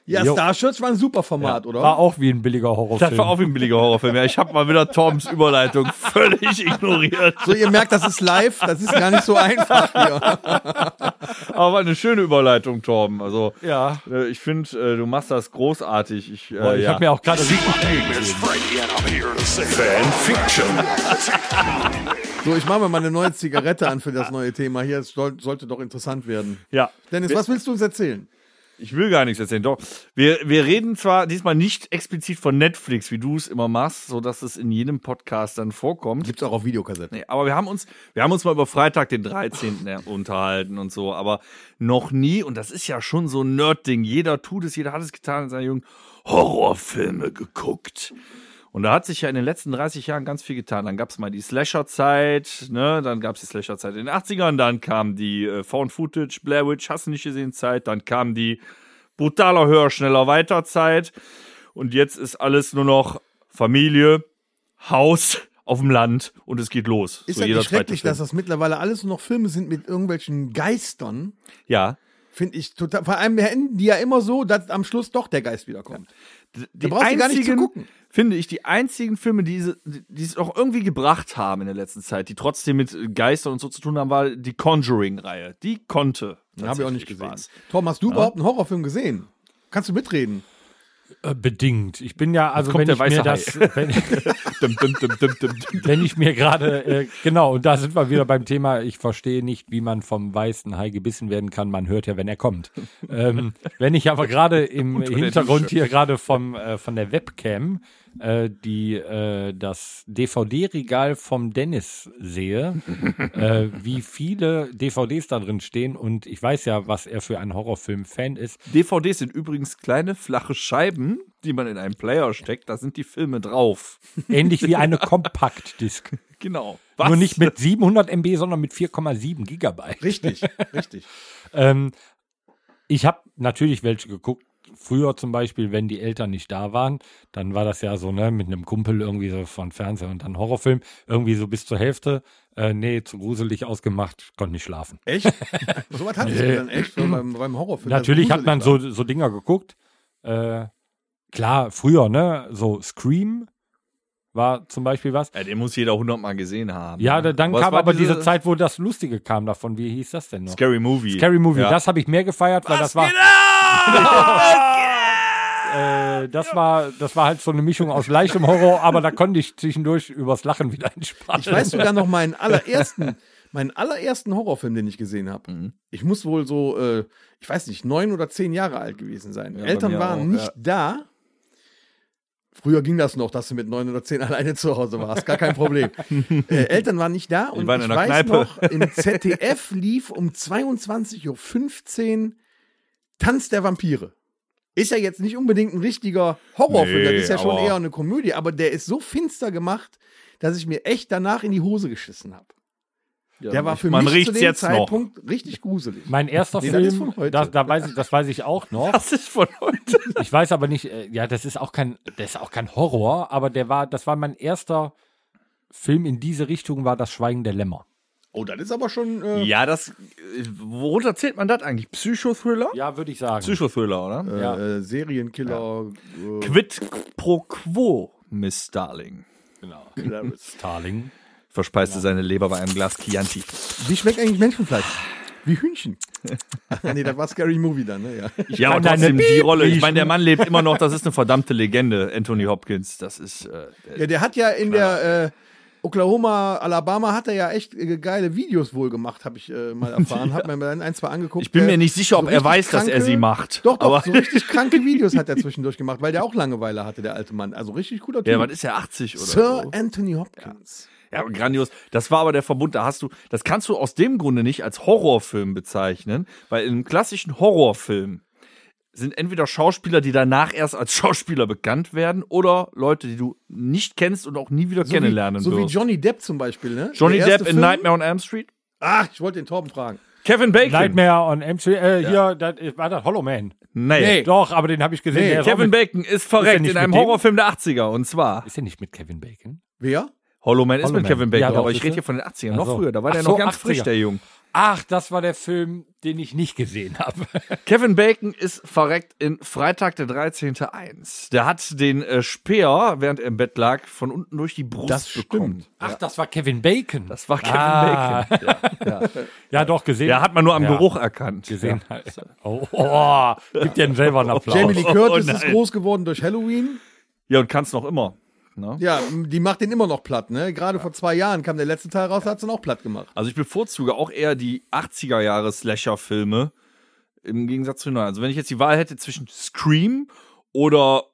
[SPEAKER 4] Ja,
[SPEAKER 2] Jo.
[SPEAKER 4] Starshirts war ein super Format, oder?
[SPEAKER 2] War auch wie ein billiger Horrorfilm.
[SPEAKER 3] Das war auch wie ein billiger Horrorfilm. Ja, ich habe mal wieder Toms Überleitung völlig ignoriert.
[SPEAKER 4] So, ihr merkt, das ist live, das ist gar nicht so einfach hier.
[SPEAKER 3] Aber eine schöne Überleitung, Torben. Also,
[SPEAKER 2] Ja.
[SPEAKER 3] äh, ich finde, äh, du machst das großartig. Ich, äh,
[SPEAKER 2] Boah, ich
[SPEAKER 3] ja.
[SPEAKER 2] habe mir auch gerade
[SPEAKER 1] My name is Frankie and I'm here to say fan fiction.
[SPEAKER 4] So, ich mache mir mal eine neue Zigarette an für das neue Thema hier. Es soll, sollte doch interessant werden.
[SPEAKER 3] ja.
[SPEAKER 4] Dennis, was willst du uns erzählen?
[SPEAKER 3] Ich will gar nichts erzählen. Doch, wir, wir reden zwar diesmal nicht explizit von Netflix, wie du es immer machst, sodass es in jedem Podcast dann vorkommt.
[SPEAKER 4] Gibt's auch auf Videokassetten.
[SPEAKER 3] Nee, aber wir haben uns, wir haben uns mal über Freitag den 13. unterhalten und so, aber noch nie, und das ist ja schon so ein Nerd-Ding, jeder tut es, jeder hat es getan in seiner Jugend, Horrorfilme geguckt. Und da hat sich ja in den letzten 30 Jahren ganz viel getan. Dann gab es mal die Slasher-Zeit, ne? dann gab es die Slasher-Zeit in den 80ern, dann kam die äh, Found-Footage, Blair Witch, hast du nicht gesehen, Zeit, dann kam die brutaler, höher, schneller, weiter Zeit. Und jetzt ist alles nur noch Familie, Haus auf dem Land und es geht los.
[SPEAKER 4] Ist
[SPEAKER 3] So
[SPEAKER 4] das
[SPEAKER 3] jeder zweite
[SPEAKER 4] nicht schrecklich,
[SPEAKER 3] Film.
[SPEAKER 4] dass das mittlerweile alles nur noch Filme sind mit irgendwelchen Geistern?
[SPEAKER 3] Ja.
[SPEAKER 4] Finde ich total. Vor allem enden die ja immer so, dass am Schluss doch der Geist wiederkommt.
[SPEAKER 3] Die
[SPEAKER 4] brauchst du gar nicht zu gucken.
[SPEAKER 3] Finde ich, die einzigen Filme, die, sie- die es auch irgendwie gebracht haben in der letzten Zeit, die trotzdem mit Geistern und so zu tun haben, war die Conjuring-Reihe. Die konnte.
[SPEAKER 4] Habe ich auch
[SPEAKER 3] tatsächlich
[SPEAKER 4] nicht gesehen.
[SPEAKER 3] was.
[SPEAKER 4] Tom, hast du überhaupt einen Horrorfilm gesehen? Kannst du mitreden?
[SPEAKER 2] äh, bedingt. Ich bin ja, also
[SPEAKER 3] kommt
[SPEAKER 2] wenn
[SPEAKER 3] der
[SPEAKER 2] ich, mir das,
[SPEAKER 3] weiße
[SPEAKER 2] wenn,
[SPEAKER 3] Dum, dum, dum, dum, dum, dum.
[SPEAKER 2] wenn ich mir gerade, äh, genau, und da sind wir wieder beim Thema, ich verstehe nicht, wie man vom weißen Hai gebissen werden kann. Man hört ja, wenn er kommt. Ähm, wenn ich aber gerade im Hintergrund hier gerade vom äh, von der Webcam äh, die äh, das DVD-Regal vom Dennis sehe, äh, wie viele DVDs da drin stehen und ich weiß ja, was er für ein Horrorfilm-Fan ist.
[SPEAKER 3] DVDs sind übrigens kleine, flache Scheiben, die man in einen Player steckt. Da sind die Filme drauf.
[SPEAKER 2] Ähnlich wie eine Compact-Disc.
[SPEAKER 3] Genau.
[SPEAKER 2] Nur nicht mit 700 MB, sondern mit 4,7 Gigabyte.
[SPEAKER 4] Richtig, richtig.
[SPEAKER 2] Ähm, ich habe natürlich welche geguckt. Früher zum Beispiel, wenn die Eltern nicht da waren, dann war das ja so, ne, mit einem Kumpel irgendwie so von Fernseher und dann Horrorfilm, irgendwie so bis zur Hälfte. Äh, nee, zu gruselig ausgemacht, konnte nicht schlafen.
[SPEAKER 4] Echt? so was hattest du dann echt so beim, beim Horrorfilm? Also dass
[SPEAKER 2] natürlich
[SPEAKER 4] es
[SPEAKER 2] hat man
[SPEAKER 4] gruselig
[SPEAKER 2] so, so Dinger geguckt. Äh, klar, früher, ne, so Scream war zum Beispiel was.
[SPEAKER 3] Ja, den muss jeder hundertmal gesehen haben. ne?
[SPEAKER 2] Ja, da- dann
[SPEAKER 3] Was
[SPEAKER 2] kam
[SPEAKER 3] war
[SPEAKER 2] aber diese,
[SPEAKER 3] diese
[SPEAKER 2] Zeit, wo das Lustige kam davon. Wie hieß das denn noch?
[SPEAKER 3] Scary Movie.
[SPEAKER 2] Scary Movie,
[SPEAKER 3] Ja. Genau!
[SPEAKER 2] das habe ich mehr gefeiert, weil das war. Äh, das war, das war halt so eine Mischung aus leichtem Horror, aber da konnte ich zwischendurch übers Lachen wieder entspannen.
[SPEAKER 4] Ich weiß sogar noch meinen allerersten, meinen allerersten Horrorfilm, den ich gesehen habe.
[SPEAKER 3] Mhm.
[SPEAKER 4] Ich muss wohl so, äh, ich weiß nicht, neun oder zehn Jahre alt gewesen sein.
[SPEAKER 3] bei
[SPEAKER 4] Eltern
[SPEAKER 3] mir
[SPEAKER 4] waren
[SPEAKER 3] auch,
[SPEAKER 4] nicht
[SPEAKER 3] ja.
[SPEAKER 4] da. Früher ging das noch, dass du mit neun oder zehn alleine zu Hause warst, gar kein Problem. äh, Eltern waren nicht da und
[SPEAKER 3] waren
[SPEAKER 4] ich
[SPEAKER 3] in der
[SPEAKER 4] weiß
[SPEAKER 3] Kneipe.
[SPEAKER 4] noch, im ZDF lief um 22.15 Uhr Tanz der Vampire. Ist ja jetzt nicht unbedingt ein richtiger Horrorfilm,
[SPEAKER 3] Nee,
[SPEAKER 4] das ist ja schon
[SPEAKER 3] aber-
[SPEAKER 4] eher eine Komödie, aber der ist so finster gemacht, dass ich mir echt danach in die Hose geschissen habe. der war für
[SPEAKER 3] man
[SPEAKER 4] mich zu
[SPEAKER 3] riecht's
[SPEAKER 4] dem
[SPEAKER 3] jetzt noch.
[SPEAKER 4] Zeitpunkt richtig gruselig.
[SPEAKER 2] Mein erster
[SPEAKER 4] Nee, das ist
[SPEAKER 2] Film,
[SPEAKER 4] von heute.
[SPEAKER 2] das, da weiß ich, das weiß ich auch noch.
[SPEAKER 3] Das ist von heute.
[SPEAKER 2] Ich weiß aber nicht, äh, ja, das ist auch kein, das ist auch kein Horror, aber der war, das war mein erster Film in diese Richtung, war das Schweigen der Lämmer.
[SPEAKER 4] Oh, das ist aber schon. Äh,
[SPEAKER 3] Ja, das. äh, Worunter zählt man das eigentlich? Psychothriller?
[SPEAKER 2] Ja, würde ich sagen.
[SPEAKER 3] Psychothriller, oder?
[SPEAKER 2] ja.
[SPEAKER 4] äh, Serienkiller. Äh,
[SPEAKER 3] Quid pro quo, Miss Darling.
[SPEAKER 2] Starling.
[SPEAKER 3] Verspeiste seine Leber bei einem Glas Chianti.
[SPEAKER 4] Wie schmeckt eigentlich Menschenfleisch? Wie Hühnchen. nee, das war Scary Movie dann, ne? Ja.
[SPEAKER 3] Ja, aber
[SPEAKER 2] kann deine
[SPEAKER 3] trotzdem die
[SPEAKER 2] Piep
[SPEAKER 3] Rolle. Ich
[SPEAKER 2] riechen.
[SPEAKER 3] meine, der Mann lebt immer noch. Das ist eine verdammte Legende, Anthony Hopkins. Das ist. Äh, der-
[SPEAKER 4] ja, der hat ja in der. Äh, Oklahoma, Alabama hat er ja echt äh, geile Videos wohl gemacht, habe ich äh, mal erfahren. Hab mir mal ein, zwei angeguckt.
[SPEAKER 3] ich bin mir
[SPEAKER 4] Der-
[SPEAKER 3] nicht sicher, ob
[SPEAKER 4] so
[SPEAKER 3] er
[SPEAKER 4] Äh, richtig
[SPEAKER 3] weiß, dass er
[SPEAKER 4] kranke-
[SPEAKER 3] sie macht.
[SPEAKER 4] Doch, doch,
[SPEAKER 3] aber
[SPEAKER 4] so richtig kranke Videos hat er zwischendurch gemacht, weil der auch Langeweile hatte, der alte Mann. Also richtig cooler Typ.
[SPEAKER 3] ja, was ist er 80 oder
[SPEAKER 4] Sir
[SPEAKER 3] so?
[SPEAKER 4] Anthony Hopkins.
[SPEAKER 3] Ja, aber grandios. Das war aber der Verbund, da hast du, das kannst du aus dem Grunde nicht als Horrorfilm bezeichnen, weil in einem klassischen Horrorfilm sind entweder Schauspieler, die danach erst als Schauspieler bekannt werden, oder Leute, die du nicht kennst und auch nie wieder kennenlernen
[SPEAKER 4] so wie, so wie
[SPEAKER 3] wirst.
[SPEAKER 4] Johnny Depp zum Beispiel, ne?
[SPEAKER 3] Johnny
[SPEAKER 4] Der erste
[SPEAKER 3] Depp in
[SPEAKER 4] Film-
[SPEAKER 3] Nightmare on Elm Street.
[SPEAKER 4] Ach, ich wollte den Torben fragen.
[SPEAKER 3] Kevin Bacon.
[SPEAKER 2] Nightmare on MC, äh, hier, das, war das Hollow Man.
[SPEAKER 3] Nee.
[SPEAKER 2] Doch, aber den habe ich gesehen. der ist auch
[SPEAKER 3] Kevin
[SPEAKER 2] mit,
[SPEAKER 3] Bacon ist verreckt
[SPEAKER 2] nicht
[SPEAKER 3] in einem
[SPEAKER 2] mit dem?
[SPEAKER 3] Horrorfilm der 80er und zwar
[SPEAKER 2] Ist der nicht mit Kevin Bacon?
[SPEAKER 4] Wer?
[SPEAKER 3] Hollow Man ist
[SPEAKER 2] Hollow
[SPEAKER 3] mit
[SPEAKER 2] Man.
[SPEAKER 3] Kevin Bacon,
[SPEAKER 2] Ja, doch,
[SPEAKER 3] aber ich
[SPEAKER 2] siehste.
[SPEAKER 3] rede hier von den 80ern, noch
[SPEAKER 2] Ach so.
[SPEAKER 3] früher, da war der
[SPEAKER 2] Ach
[SPEAKER 3] noch
[SPEAKER 2] so,
[SPEAKER 3] ganz
[SPEAKER 2] 80er.
[SPEAKER 3] frisch, der Jung.
[SPEAKER 2] Ach, das war der Film, den ich nicht gesehen habe.
[SPEAKER 3] Kevin Bacon ist verreckt in Freitag der 13.1. Der hat den äh, Speer, während er im Bett lag, von unten durch die Brust
[SPEAKER 4] Das stimmt.
[SPEAKER 3] bekommen.
[SPEAKER 2] Ach, das war Kevin Bacon.
[SPEAKER 3] Das war Kevin
[SPEAKER 2] Ah.
[SPEAKER 3] Bacon.
[SPEAKER 2] Ja, doch, gesehen.
[SPEAKER 3] Der hat man nur am
[SPEAKER 2] Ja.
[SPEAKER 3] Geruch erkannt.
[SPEAKER 2] gesehen. Oh, oh, gib dir selber einen Applaus.
[SPEAKER 4] Jamie Lee
[SPEAKER 3] Oh,
[SPEAKER 4] Curtis
[SPEAKER 3] nein.
[SPEAKER 4] ist groß geworden durch Halloween.
[SPEAKER 3] Ja, und kannst noch immer. Ne?
[SPEAKER 4] Ja, die macht den immer noch platt, ne? Gerade vor zwei Jahren kam der letzte Teil raus, da hat sie ihn auch platt gemacht.
[SPEAKER 3] Also ich bevorzuge auch eher die 80er Jahre Slasher Filme im Gegensatz zu den neuen. Also wenn ich jetzt die Wahl hätte zwischen Scream oder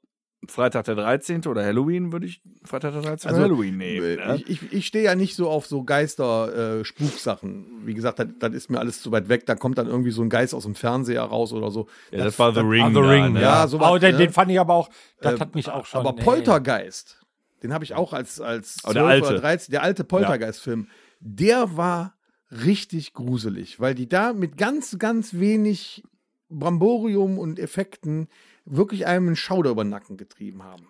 [SPEAKER 3] Freitag der 13. oder Halloween, würde ich Freitag der 13. oder
[SPEAKER 4] Also,
[SPEAKER 3] Halloween nehmen. Ne?
[SPEAKER 4] Ich, ich, ich stehe ja nicht so auf so Geister-Spuksachen. Wie gesagt, das, das ist mir alles zu weit weg. Da kommt dann irgendwie so ein Geist aus dem Fernseher raus oder so.
[SPEAKER 3] Ja, das war The Ring.
[SPEAKER 2] Ah, The
[SPEAKER 3] da,
[SPEAKER 2] Ring,
[SPEAKER 3] ne?
[SPEAKER 4] ja.
[SPEAKER 2] ja.
[SPEAKER 4] so was,
[SPEAKER 2] oh, den,
[SPEAKER 4] ne? Äh,
[SPEAKER 2] den fand ich aber auch, das hat mich auch schon.
[SPEAKER 4] Ähm,
[SPEAKER 2] äh,
[SPEAKER 4] Aber
[SPEAKER 2] ey.
[SPEAKER 4] Poltergeist, den habe ich auch als, als
[SPEAKER 3] Aber Oh, der
[SPEAKER 4] 12
[SPEAKER 3] alte.
[SPEAKER 4] oder 13, der alte Poltergeist-Film, der war richtig gruselig, weil die da mit ganz, ganz wenig Bramborium und Effekten wirklich einem einen Schauder über den Nacken getrieben haben.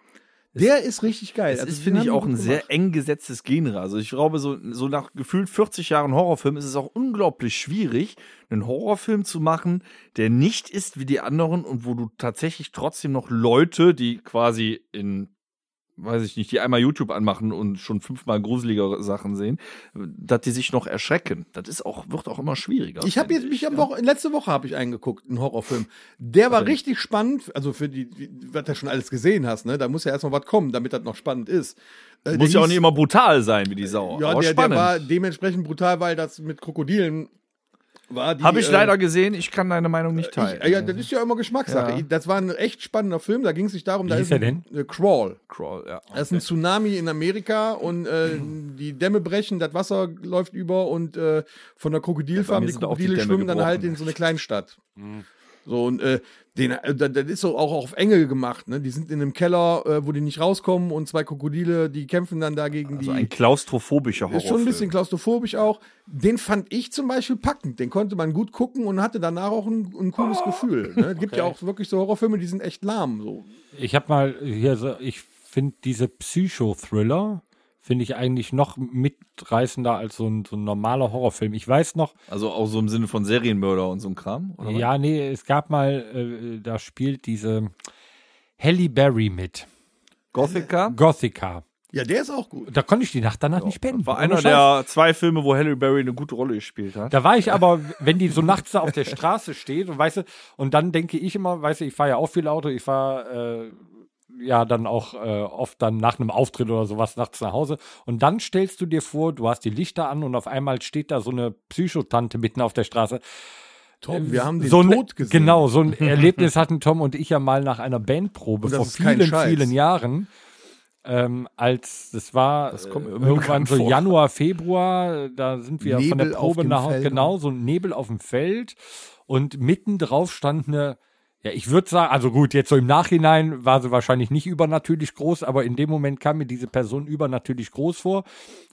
[SPEAKER 4] Der ist richtig geil.
[SPEAKER 3] Es
[SPEAKER 4] Also,
[SPEAKER 3] ist,
[SPEAKER 4] den
[SPEAKER 3] finde ich,
[SPEAKER 4] haben die
[SPEAKER 3] auch
[SPEAKER 4] gut
[SPEAKER 3] ein
[SPEAKER 4] gemacht.
[SPEAKER 3] sehr eng gesetztes Genre. Also ich glaube, so, so nach gefühlt 40 Jahren Horrorfilm ist es auch unglaublich schwierig, einen Horrorfilm zu machen, der nicht ist wie die anderen und wo du tatsächlich trotzdem noch Leute, die quasi in, weiß ich nicht, die einmal YouTube anmachen und schon fünfmal gruseligere Sachen sehen, dass die sich noch erschrecken. Das ist auch, wird auch immer schwieriger.
[SPEAKER 4] Ich habe
[SPEAKER 3] finde
[SPEAKER 4] jetzt mich am Woche, letzte Woche habe ich eingeguckt, einen Horrorfilm. Der war richtig spannend, also für die, die- was du schon alles gesehen hast, ne? Da muss ja erstmal was kommen, damit das noch spannend ist. Äh,
[SPEAKER 3] Muss ja
[SPEAKER 4] der
[SPEAKER 3] auch
[SPEAKER 4] hieß-
[SPEAKER 3] nicht immer brutal sein wie die Sau.
[SPEAKER 4] Ja,
[SPEAKER 3] aber
[SPEAKER 4] der,
[SPEAKER 3] Oh,
[SPEAKER 4] der
[SPEAKER 3] spannend.
[SPEAKER 4] war dementsprechend brutal, weil das mit Krokodilen war. die,
[SPEAKER 3] Habe ich
[SPEAKER 4] äh,
[SPEAKER 3] leider gesehen, ich kann deine Meinung nicht teilen.
[SPEAKER 4] Ich, ja, das ist ja immer Geschmackssache.
[SPEAKER 3] Ja.
[SPEAKER 4] Das war ein echt spannender Film. Da ging es sich darum, da
[SPEAKER 2] hieß
[SPEAKER 4] ist
[SPEAKER 2] er
[SPEAKER 4] ein äh, Crawl.
[SPEAKER 3] Crawl, ja.
[SPEAKER 4] Das ist ein Tsunami in Amerika und äh, die Dämme brechen, das Wasser läuft über und äh, von
[SPEAKER 3] Ja, bei
[SPEAKER 4] der
[SPEAKER 3] mir
[SPEAKER 4] Krokodilfarm, die
[SPEAKER 3] sind auch die
[SPEAKER 4] Krokodile
[SPEAKER 3] Dämme
[SPEAKER 4] schwimmen dann halt
[SPEAKER 3] gebrochen. Hm.
[SPEAKER 4] in so eine Kleinstadt. So, und äh, den, äh, das das ist so auch auf Engel gemacht. Ne? Die sind in einem Keller, äh, wo die nicht rauskommen und zwei Krokodile, die kämpfen dann dagegen
[SPEAKER 3] Also
[SPEAKER 4] die.
[SPEAKER 3] ein klaustrophobischer Horrorfilm.
[SPEAKER 4] Ist schon ein bisschen klaustrophobisch auch. Den fand ich zum Beispiel packend. Den konnte man gut gucken und hatte danach auch ein, ein cooles Gefühl. Ne? Es gibt ja auch wirklich so Horrorfilme, die sind echt lahm. So.
[SPEAKER 2] Ich habe mal hier so, ich finde diese Psycho-Thriller, finde ich eigentlich noch mitreißender als so ein, so ein normaler Horrorfilm. Ich weiß noch,
[SPEAKER 3] Also auch so im Sinne von Serienmörder und so ein Kram? Oder was?
[SPEAKER 2] ja, nee, es gab mal, äh, da spielt diese Halle Berry mit.
[SPEAKER 3] Gothica?
[SPEAKER 2] Gothica.
[SPEAKER 4] Ja, der ist auch gut.
[SPEAKER 2] Da konnte ich die Nacht danach nicht pennen.
[SPEAKER 3] War
[SPEAKER 2] Ohne
[SPEAKER 3] einer
[SPEAKER 2] Scheiß.
[SPEAKER 3] der zwei Filme, wo Halle Berry eine gute Rolle gespielt hat.
[SPEAKER 2] Da war ich aber, wenn die so nachts da auf der Straße steht und weißt du, und dann denke ich immer, weißt du, ich fahre ja auch viel Auto, ich fahre äh, ja dann auch äh, oft dann nach einem Auftritt oder sowas nachts nach Hause und dann stellst du dir vor, du hast die Lichter an und auf einmal steht da so eine Psychotante mitten auf der Straße.
[SPEAKER 4] Tom, wir haben den
[SPEAKER 2] so ein,
[SPEAKER 4] Tod gesehen.
[SPEAKER 2] Genau, so ein Erlebnis hatten Tom und ich ja mal nach einer Bandprobe
[SPEAKER 4] Und das
[SPEAKER 2] vor
[SPEAKER 4] ist kein
[SPEAKER 2] vielen,
[SPEAKER 4] Scheiß.
[SPEAKER 2] vielen Jahren. Ähm, als das war
[SPEAKER 3] kommt mir
[SPEAKER 2] äh,
[SPEAKER 3] irgendwie
[SPEAKER 2] irgendwann
[SPEAKER 3] bekannt
[SPEAKER 2] so
[SPEAKER 3] vor.
[SPEAKER 2] Januar, Februar, äh, da sind wir von der
[SPEAKER 4] Nebel auf
[SPEAKER 2] Probe
[SPEAKER 4] dem
[SPEAKER 2] nach Hause,
[SPEAKER 4] Feld.
[SPEAKER 2] genau, so ein Nebel auf dem Feld und mitten drauf stand eine, ja, ich würde sagen, also gut, jetzt so im Nachhinein war sie wahrscheinlich nicht übernatürlich groß, aber in dem Moment kam mir diese Person übernatürlich groß vor,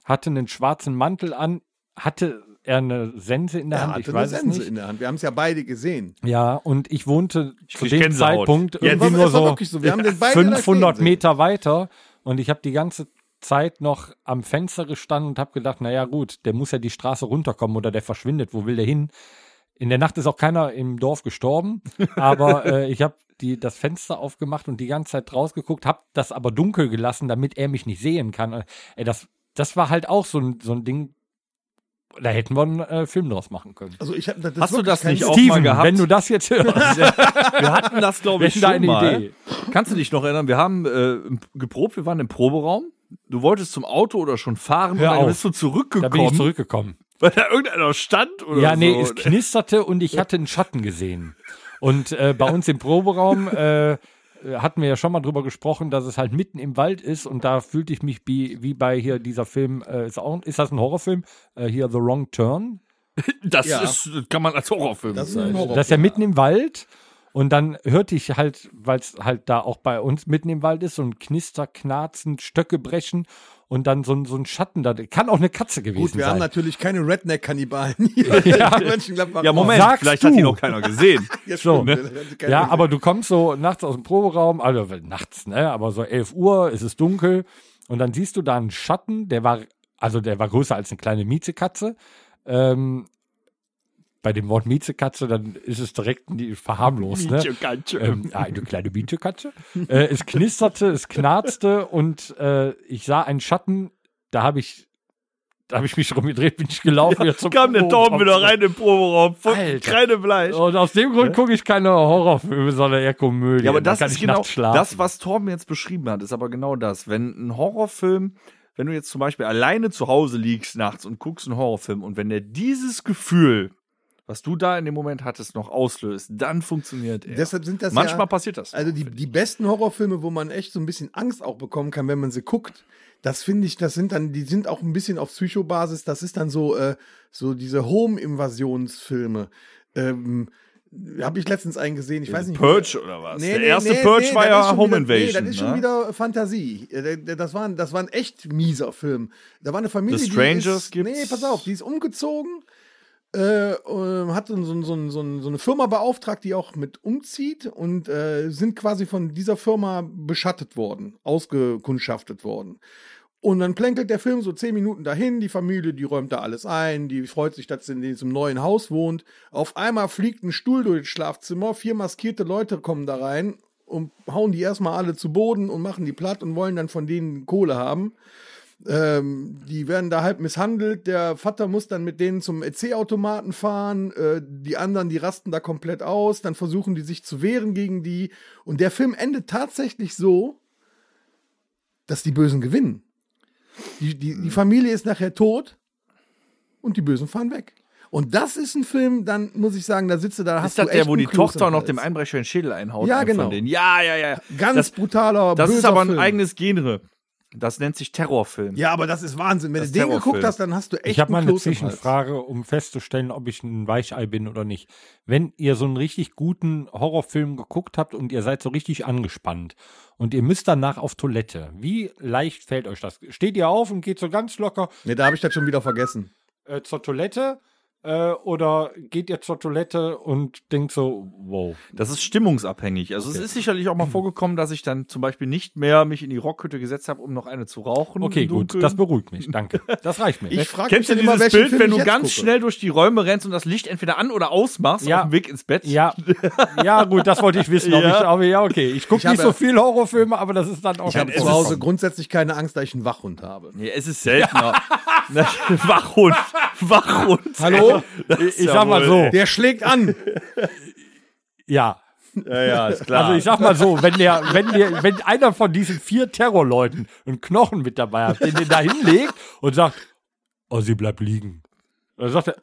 [SPEAKER 2] hatte einen schwarzen Mantel an, hatte er eine Sense in der
[SPEAKER 4] Er
[SPEAKER 2] Hand, ich
[SPEAKER 4] hatte eine
[SPEAKER 2] weiß es
[SPEAKER 4] Sense
[SPEAKER 2] nicht.
[SPEAKER 4] in der Hand. Wir haben es ja beide gesehen.
[SPEAKER 2] Ja, und ich wohnte zu
[SPEAKER 3] krieg
[SPEAKER 2] dem
[SPEAKER 3] Gänsehaut.
[SPEAKER 2] Zeitpunkt
[SPEAKER 3] Jetzt.
[SPEAKER 2] irgendwie
[SPEAKER 4] Es war
[SPEAKER 2] nur so,
[SPEAKER 4] wirklich so, wir haben den beide da
[SPEAKER 2] 500
[SPEAKER 4] stehen sehen.
[SPEAKER 2] Meter weiter und ich habe die ganze Zeit noch am Fenster gestanden und habe gedacht, naja gut, der muss ja die Straße runterkommen oder der verschwindet, wo will der hin? In der Nacht ist auch keiner im Dorf gestorben, aber äh, ich habe die, das Fenster aufgemacht und die ganze Zeit rausgeguckt, habe das aber dunkel gelassen, damit er mich nicht sehen kann. Äh, Ey, das, das war halt auch so ein, so ein Ding, da hätten wir einen äh, Film draus machen können.
[SPEAKER 4] Also ich hab, das ist
[SPEAKER 3] Hast du
[SPEAKER 4] wirklich
[SPEAKER 3] das
[SPEAKER 4] kein-
[SPEAKER 3] nicht auch mal
[SPEAKER 2] Steven,
[SPEAKER 3] gehabt?
[SPEAKER 2] wenn du das jetzt hörst,
[SPEAKER 3] Wir hatten das, glaube
[SPEAKER 2] wenn
[SPEAKER 3] ich,
[SPEAKER 2] da
[SPEAKER 3] schon
[SPEAKER 2] eine
[SPEAKER 3] mal.
[SPEAKER 2] Idee.
[SPEAKER 3] Kannst du dich noch erinnern? Wir haben äh, im- geprobt, wir waren im Proberaum. Du wolltest zum Auto oder schon fahren
[SPEAKER 2] Hör
[SPEAKER 3] und dann
[SPEAKER 2] auf.
[SPEAKER 3] bist du
[SPEAKER 2] Da
[SPEAKER 3] zurückgekommen,
[SPEAKER 2] bin ich zurückgekommen.
[SPEAKER 3] weil da irgendeiner stand oder
[SPEAKER 2] Ja,
[SPEAKER 3] so.
[SPEAKER 2] nee, es knisterte und ich hatte einen Schatten gesehen. Und äh, bei uns im Proberaum äh, äh, hatten wir ja schon mal drüber gesprochen, dass es halt mitten im Wald ist und da fühlte ich mich wie, wie bei hier dieser Film, äh, ist, auch, ist das ein Horrorfilm? Äh, hier The Wrong Turn.
[SPEAKER 3] das
[SPEAKER 4] Ja.
[SPEAKER 3] ist, das kann man als Horrorfilm
[SPEAKER 4] Das ist ein
[SPEAKER 3] bezeichnen.
[SPEAKER 4] Horrorfilm.
[SPEAKER 2] Das ist ja mitten im Wald. Und dann hörte ich halt, weil es halt da auch bei uns mitten im Wald ist, so ein Knister, Knarzen, Stöcke brechen und dann so, ein- so ein Schatten da. Kann auch eine Katze gewesen
[SPEAKER 4] Gut, wir
[SPEAKER 2] sein.
[SPEAKER 4] haben natürlich keine Redneck-Kannibalen hier. Ja,
[SPEAKER 3] Ja, Moment,
[SPEAKER 2] Sagst
[SPEAKER 3] vielleicht hat
[SPEAKER 2] du.
[SPEAKER 3] die noch keiner gesehen.
[SPEAKER 2] So. ne? Ja, aber du kommst so nachts aus dem Proberaum, also nachts, ne, aber so 11 Uhr, es ist dunkel und dann siehst du da einen Schatten, der war, also der war größer als eine kleine Miezekatze ähm, bei dem Wort Mietzekatze, dann ist es direkt in die verharmlost. Ne?
[SPEAKER 3] Mietzekatze.
[SPEAKER 2] Ähm, eine kleine Mietzekatze. äh, es knisterte, es knarzte und äh, ich sah einen Schatten. Da habe ich, da habe ich mich rumgedreht, bin ich gelaufen. wieder zum
[SPEAKER 3] Kam der Torben
[SPEAKER 2] Proberaum
[SPEAKER 3] wieder
[SPEAKER 2] zurück.
[SPEAKER 3] rein im Proberaum. Von
[SPEAKER 2] Alter.
[SPEAKER 3] keine Fleisch.
[SPEAKER 2] Und aus dem Grund gucke ich keine Horrorfilme, sondern eher Komödien.
[SPEAKER 3] Ja, aber
[SPEAKER 2] Da
[SPEAKER 3] das
[SPEAKER 2] kann
[SPEAKER 3] ist
[SPEAKER 2] ich
[SPEAKER 3] genau
[SPEAKER 2] nachts schlafen.
[SPEAKER 3] das, was Torben jetzt beschrieben hat, ist aber genau das. Wenn ein Horrorfilm, wenn du jetzt zum Beispiel alleine zu Hause liegst nachts und guckst einen Horrorfilm und wenn der dieses Gefühl, was du da in dem Moment hattest, noch auslöst, dann funktioniert er.
[SPEAKER 4] Deshalb sind das
[SPEAKER 3] Manchmal
[SPEAKER 4] ja,
[SPEAKER 3] passiert das.
[SPEAKER 4] Also die, die besten Horrorfilme, wo man echt so ein bisschen Angst auch bekommen kann, wenn man sie guckt, das finde ich, das sind dann, die sind auch ein bisschen auf Psychobasis, das ist dann so, äh, so diese Home-Invasionsfilme. Ähm, habe ich letztens einen gesehen, ich weiß nicht.
[SPEAKER 3] Äh, Purge oder was?
[SPEAKER 4] Nee,
[SPEAKER 3] der
[SPEAKER 4] nee,
[SPEAKER 3] erste
[SPEAKER 4] nee,
[SPEAKER 3] Purge
[SPEAKER 4] nee,
[SPEAKER 3] war
[SPEAKER 4] das ist
[SPEAKER 3] ja
[SPEAKER 4] schon
[SPEAKER 3] Home
[SPEAKER 4] wieder,
[SPEAKER 3] Invasion.
[SPEAKER 4] Nee, das ist schon
[SPEAKER 3] ne?
[SPEAKER 4] wieder Fantasie. Äh, Das war, ein- das war ein echt mieser Film. Da war eine Familie.
[SPEAKER 3] The Strangers
[SPEAKER 4] die ist,
[SPEAKER 3] gibt's.
[SPEAKER 4] Nee, pass auf, die ist umgezogen, äh, äh, hat so, so, so, so so eine Firma beauftragt, die auch mit umzieht und äh, sind quasi von dieser Firma beschattet worden, ausgekundschaftet worden. Und dann plänkelt der Film so zehn Minuten dahin, die Familie, die räumt da alles ein, die freut sich, dass sie in diesem neuen Haus wohnt. Auf einmal fliegt ein Stuhl durchs Schlafzimmer, vier maskierte Leute kommen da rein und hauen die erstmal alle zu Boden und machen die platt und wollen dann von denen Kohle haben. Ähm, die werden da halb misshandelt. Der Vater muss dann mit denen zum EC-Automaten fahren. Äh, die anderen, die rasten da komplett aus. Dann versuchen die sich zu wehren gegen die. Und der Film endet tatsächlich so, dass die Bösen gewinnen. Die, die,
[SPEAKER 3] Hm.
[SPEAKER 4] die Familie ist nachher tot und die Bösen fahren weg. Und das ist ein Film, dann muss ich sagen, da sitze da hast
[SPEAKER 3] Ist das
[SPEAKER 4] du
[SPEAKER 3] der,
[SPEAKER 4] echt
[SPEAKER 3] wo die
[SPEAKER 4] einen Kloß
[SPEAKER 3] Tochter
[SPEAKER 4] am
[SPEAKER 3] noch dem
[SPEAKER 4] Hals.
[SPEAKER 3] Einbrecher den Schädel einhaut?
[SPEAKER 4] Ja,
[SPEAKER 3] einem von
[SPEAKER 4] genau.
[SPEAKER 3] denen? Ja, ja, ja.
[SPEAKER 4] ganz
[SPEAKER 3] das,
[SPEAKER 4] brutaler
[SPEAKER 3] Das ist
[SPEAKER 4] böser
[SPEAKER 3] aber ein
[SPEAKER 4] Film.
[SPEAKER 3] eigenes Genre. Das nennt sich Terrorfilm.
[SPEAKER 4] Ja, aber das ist Wahnsinn. Wenn
[SPEAKER 3] Das
[SPEAKER 4] du den
[SPEAKER 3] Terrorfilm.
[SPEAKER 4] geguckt hast, dann hast du echt
[SPEAKER 2] Ich habe mal
[SPEAKER 4] einen
[SPEAKER 2] eine
[SPEAKER 4] Kloß im Hals.
[SPEAKER 2] Zwischenfrage, um festzustellen, ob ich ein Weichei bin oder nicht. Wenn ihr so einen richtig guten Horrorfilm geguckt habt und ihr seid so richtig angespannt und ihr müsst danach auf Toilette, wie leicht fällt euch das? Steht ihr auf und geht so ganz locker
[SPEAKER 4] Ne, da habe ich das schon wieder vergessen.
[SPEAKER 2] äh, zur Toilette äh, oder geht ihr zur Toilette und denkt so, wow.
[SPEAKER 3] Das ist stimmungsabhängig. Also es ist sicherlich auch
[SPEAKER 2] Mhm.
[SPEAKER 3] mal vorgekommen, dass ich dann zum Beispiel nicht mehr mich in die Rockhütte gesetzt habe, um noch eine zu rauchen.
[SPEAKER 2] Okay,
[SPEAKER 3] im
[SPEAKER 2] gut,
[SPEAKER 3] Dunkeln.
[SPEAKER 2] das beruhigt mich. Danke. Das reicht mir.
[SPEAKER 4] Ich frage mich
[SPEAKER 3] Kennst du
[SPEAKER 4] dann immer,
[SPEAKER 3] dieses
[SPEAKER 4] welchen
[SPEAKER 3] Bild,
[SPEAKER 4] Film
[SPEAKER 3] wenn
[SPEAKER 4] ich
[SPEAKER 3] du
[SPEAKER 4] jetzt
[SPEAKER 3] ganz
[SPEAKER 4] gucke?
[SPEAKER 3] schnell durch die Räume rennst und das Licht entweder an oder ausmachst
[SPEAKER 2] Ja.
[SPEAKER 3] auf dem Weg ins Bett?
[SPEAKER 2] ja, ja, gut, das wollte ich wissen. Ob
[SPEAKER 3] Ja.
[SPEAKER 2] ich, aber ja, okay. Ich
[SPEAKER 4] Ich
[SPEAKER 2] gucke nicht so
[SPEAKER 4] habe-
[SPEAKER 2] viel Horrorfilme, aber das ist dann auch
[SPEAKER 4] Ich habe
[SPEAKER 2] ganz
[SPEAKER 4] zu Hause
[SPEAKER 2] vorgekommen.
[SPEAKER 4] grundsätzlich keine Angst, da ich einen Wachhund habe.
[SPEAKER 3] Ja, es ist seltener. Na, Wachhund. Wachhund.
[SPEAKER 2] Hallo?
[SPEAKER 3] Das ist
[SPEAKER 2] Ich
[SPEAKER 3] ja
[SPEAKER 2] sag mal
[SPEAKER 3] wohl-
[SPEAKER 2] so.
[SPEAKER 4] Der schlägt an.
[SPEAKER 2] Ja.
[SPEAKER 3] Ja, ja, ist klar.
[SPEAKER 2] Also ich sag mal so, wenn der, wenn der, wenn einer von diesen vier Terrorleuten einen Knochen mit dabei hat, den den da hinlegt und sagt, oh, sie bleibt liegen. Dann sagt er,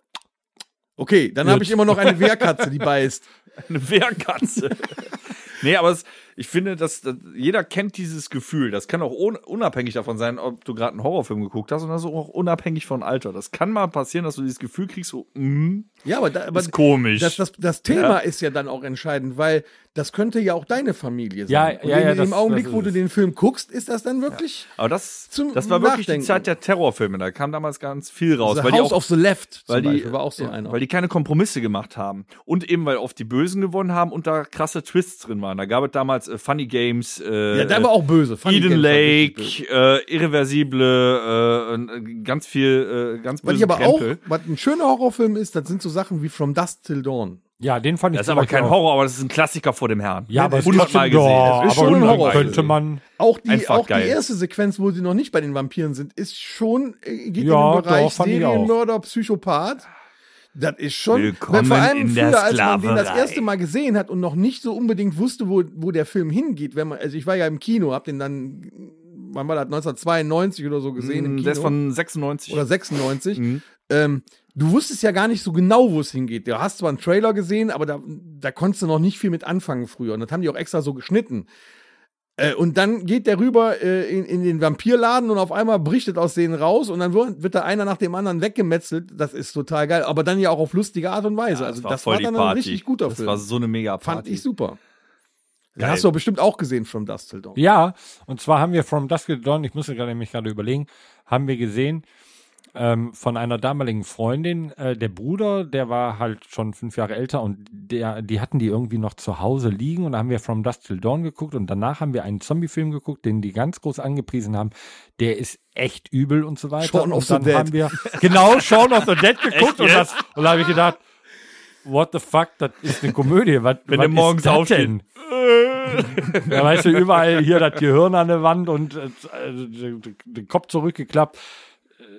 [SPEAKER 4] Okay, dann habe ich immer noch eine Wehrkatze, die beißt.
[SPEAKER 3] eine Wehrkatze. nee, aber es, ich finde, dass, dass jeder kennt dieses Gefühl. Das kann auch un, unabhängig davon sein, ob du gerade einen Horrorfilm geguckt hast und das auch unabhängig von Alter. Das kann mal passieren, dass du dieses Gefühl kriegst, so, mm,
[SPEAKER 4] Ja, aber, da, aber
[SPEAKER 3] ist komisch.
[SPEAKER 4] das, das, das Thema ist ja dann auch entscheidend, weil das könnte ja auch deine Familie sein.
[SPEAKER 2] Ja,
[SPEAKER 4] Und
[SPEAKER 2] ja,
[SPEAKER 4] in
[SPEAKER 2] ja,
[SPEAKER 4] dem
[SPEAKER 2] das-
[SPEAKER 4] Augenblick,
[SPEAKER 2] das
[SPEAKER 4] wo
[SPEAKER 2] ist
[SPEAKER 4] du
[SPEAKER 2] es.
[SPEAKER 4] den Film guckst, ist das dann wirklich
[SPEAKER 3] aber das,
[SPEAKER 4] zum
[SPEAKER 3] das war wirklich
[SPEAKER 4] Nachdenken.
[SPEAKER 3] die Zeit der Terrorfilme. Da kam damals ganz viel raus.
[SPEAKER 4] The
[SPEAKER 3] weil die
[SPEAKER 4] House
[SPEAKER 3] auch-
[SPEAKER 4] of the Left zum
[SPEAKER 3] weil die,
[SPEAKER 4] Beispiel war auch so
[SPEAKER 3] ja,
[SPEAKER 4] einer.
[SPEAKER 3] weil die keine Kompromisse gemacht haben. Und eben, weil oft die Bösen gewonnen haben und da krasse Twists drin waren. Da gab es damals äh, Funny Games. Äh,
[SPEAKER 4] ja, der war auch böse. Fand ich
[SPEAKER 3] Eden
[SPEAKER 4] ganz richtig
[SPEAKER 3] Lake, äh, Irreversible, äh, äh, ganz viel, äh, ganz
[SPEAKER 4] Was
[SPEAKER 3] bösen
[SPEAKER 4] ich aber
[SPEAKER 3] Krempel.
[SPEAKER 4] auch, was ein schöner Horrorfilm ist, das sind so Sachen wie From Dusk Till Dawn.
[SPEAKER 2] ja, den fand ich
[SPEAKER 3] Das ist
[SPEAKER 2] zum
[SPEAKER 3] aber
[SPEAKER 2] Beispiel
[SPEAKER 3] kein
[SPEAKER 2] auch-
[SPEAKER 3] Horror, aber das ist ein Klassiker vor dem Herrn.
[SPEAKER 2] Ja, aber es ist
[SPEAKER 3] hundertmal
[SPEAKER 2] trotzdem,
[SPEAKER 3] gesehen.
[SPEAKER 2] ja,
[SPEAKER 4] Es ist
[SPEAKER 2] aber
[SPEAKER 4] schon ein
[SPEAKER 2] dann
[SPEAKER 4] Horror.
[SPEAKER 2] könnte man,
[SPEAKER 4] Auch die,
[SPEAKER 3] Einfach
[SPEAKER 4] auch die
[SPEAKER 3] geil.
[SPEAKER 4] erste Sequenz, wo sie noch nicht bei den Vampiren sind, ist schon, äh, geht
[SPEAKER 2] Ja,
[SPEAKER 4] in den Bereich
[SPEAKER 2] doch, fand ich auch.
[SPEAKER 4] Serienmörder, Psychopath. Das ist schon,
[SPEAKER 3] Willkommen
[SPEAKER 4] weil vor allem
[SPEAKER 3] in der
[SPEAKER 4] früher, als man den das
[SPEAKER 3] Sklaverei.
[SPEAKER 4] erste Mal gesehen hat und noch nicht so unbedingt wusste, wo, wo der Film hingeht. Wenn man, also ich war ja im Kino, hab den dann, wann war das, 1992 oder so gesehen im
[SPEAKER 3] Mm,
[SPEAKER 4] Kino.
[SPEAKER 3] Der ist von 96.
[SPEAKER 4] oder 96.
[SPEAKER 3] Mhm.
[SPEAKER 4] Ähm, du wusstest ja gar nicht so genau, wo es hingeht. Du hast zwar einen Trailer gesehen, aber da, da konntest du noch nicht viel mit anfangen früher. Und das haben die auch extra so geschnitten. Äh, und dann geht der rüber äh, in, in den Vampirladen und auf einmal bricht es aus denen raus und dann wird, wird da einer nach dem anderen weggemetzelt. Das ist total geil, aber dann ja auch auf lustige Art und Weise.
[SPEAKER 3] Ja,
[SPEAKER 4] also das war,
[SPEAKER 3] die
[SPEAKER 4] dann ein
[SPEAKER 3] Party.
[SPEAKER 4] richtig guter
[SPEAKER 3] Das
[SPEAKER 4] Film.
[SPEAKER 3] war so eine mega Party.
[SPEAKER 4] Fand ich super. Den
[SPEAKER 3] Geil.
[SPEAKER 4] hast du aber bestimmt auch gesehen From Dust Till Dawn.
[SPEAKER 2] Genau. ja, und zwar haben wir From Dusk to Dawn, ich musste gerade mich gerade überlegen, haben wir gesehen, ähm, von einer damaligen Freundin, äh, der Bruder, der war halt schon fünf Jahre älter und der, die hatten die irgendwie noch zu Hause liegen und da haben wir From Dusk Till Dawn geguckt und danach haben wir einen Zombie-Film geguckt, den die ganz groß angepriesen haben. Der ist echt übel und so weiter.
[SPEAKER 4] Shaun of
[SPEAKER 2] und
[SPEAKER 4] the
[SPEAKER 2] dann
[SPEAKER 4] Dead.
[SPEAKER 2] haben wir genau Shaun of the Dead geguckt und, das, und da habe ich gedacht, what the fuck, das ist eine Komödie. Was,
[SPEAKER 3] Wenn
[SPEAKER 2] was
[SPEAKER 3] der morgens
[SPEAKER 2] ist das
[SPEAKER 3] aufsteht.
[SPEAKER 2] denn? Da weißt du, überall hier das Gehirn an der Wand und äh, äh, den Kopf zurückgeklappt.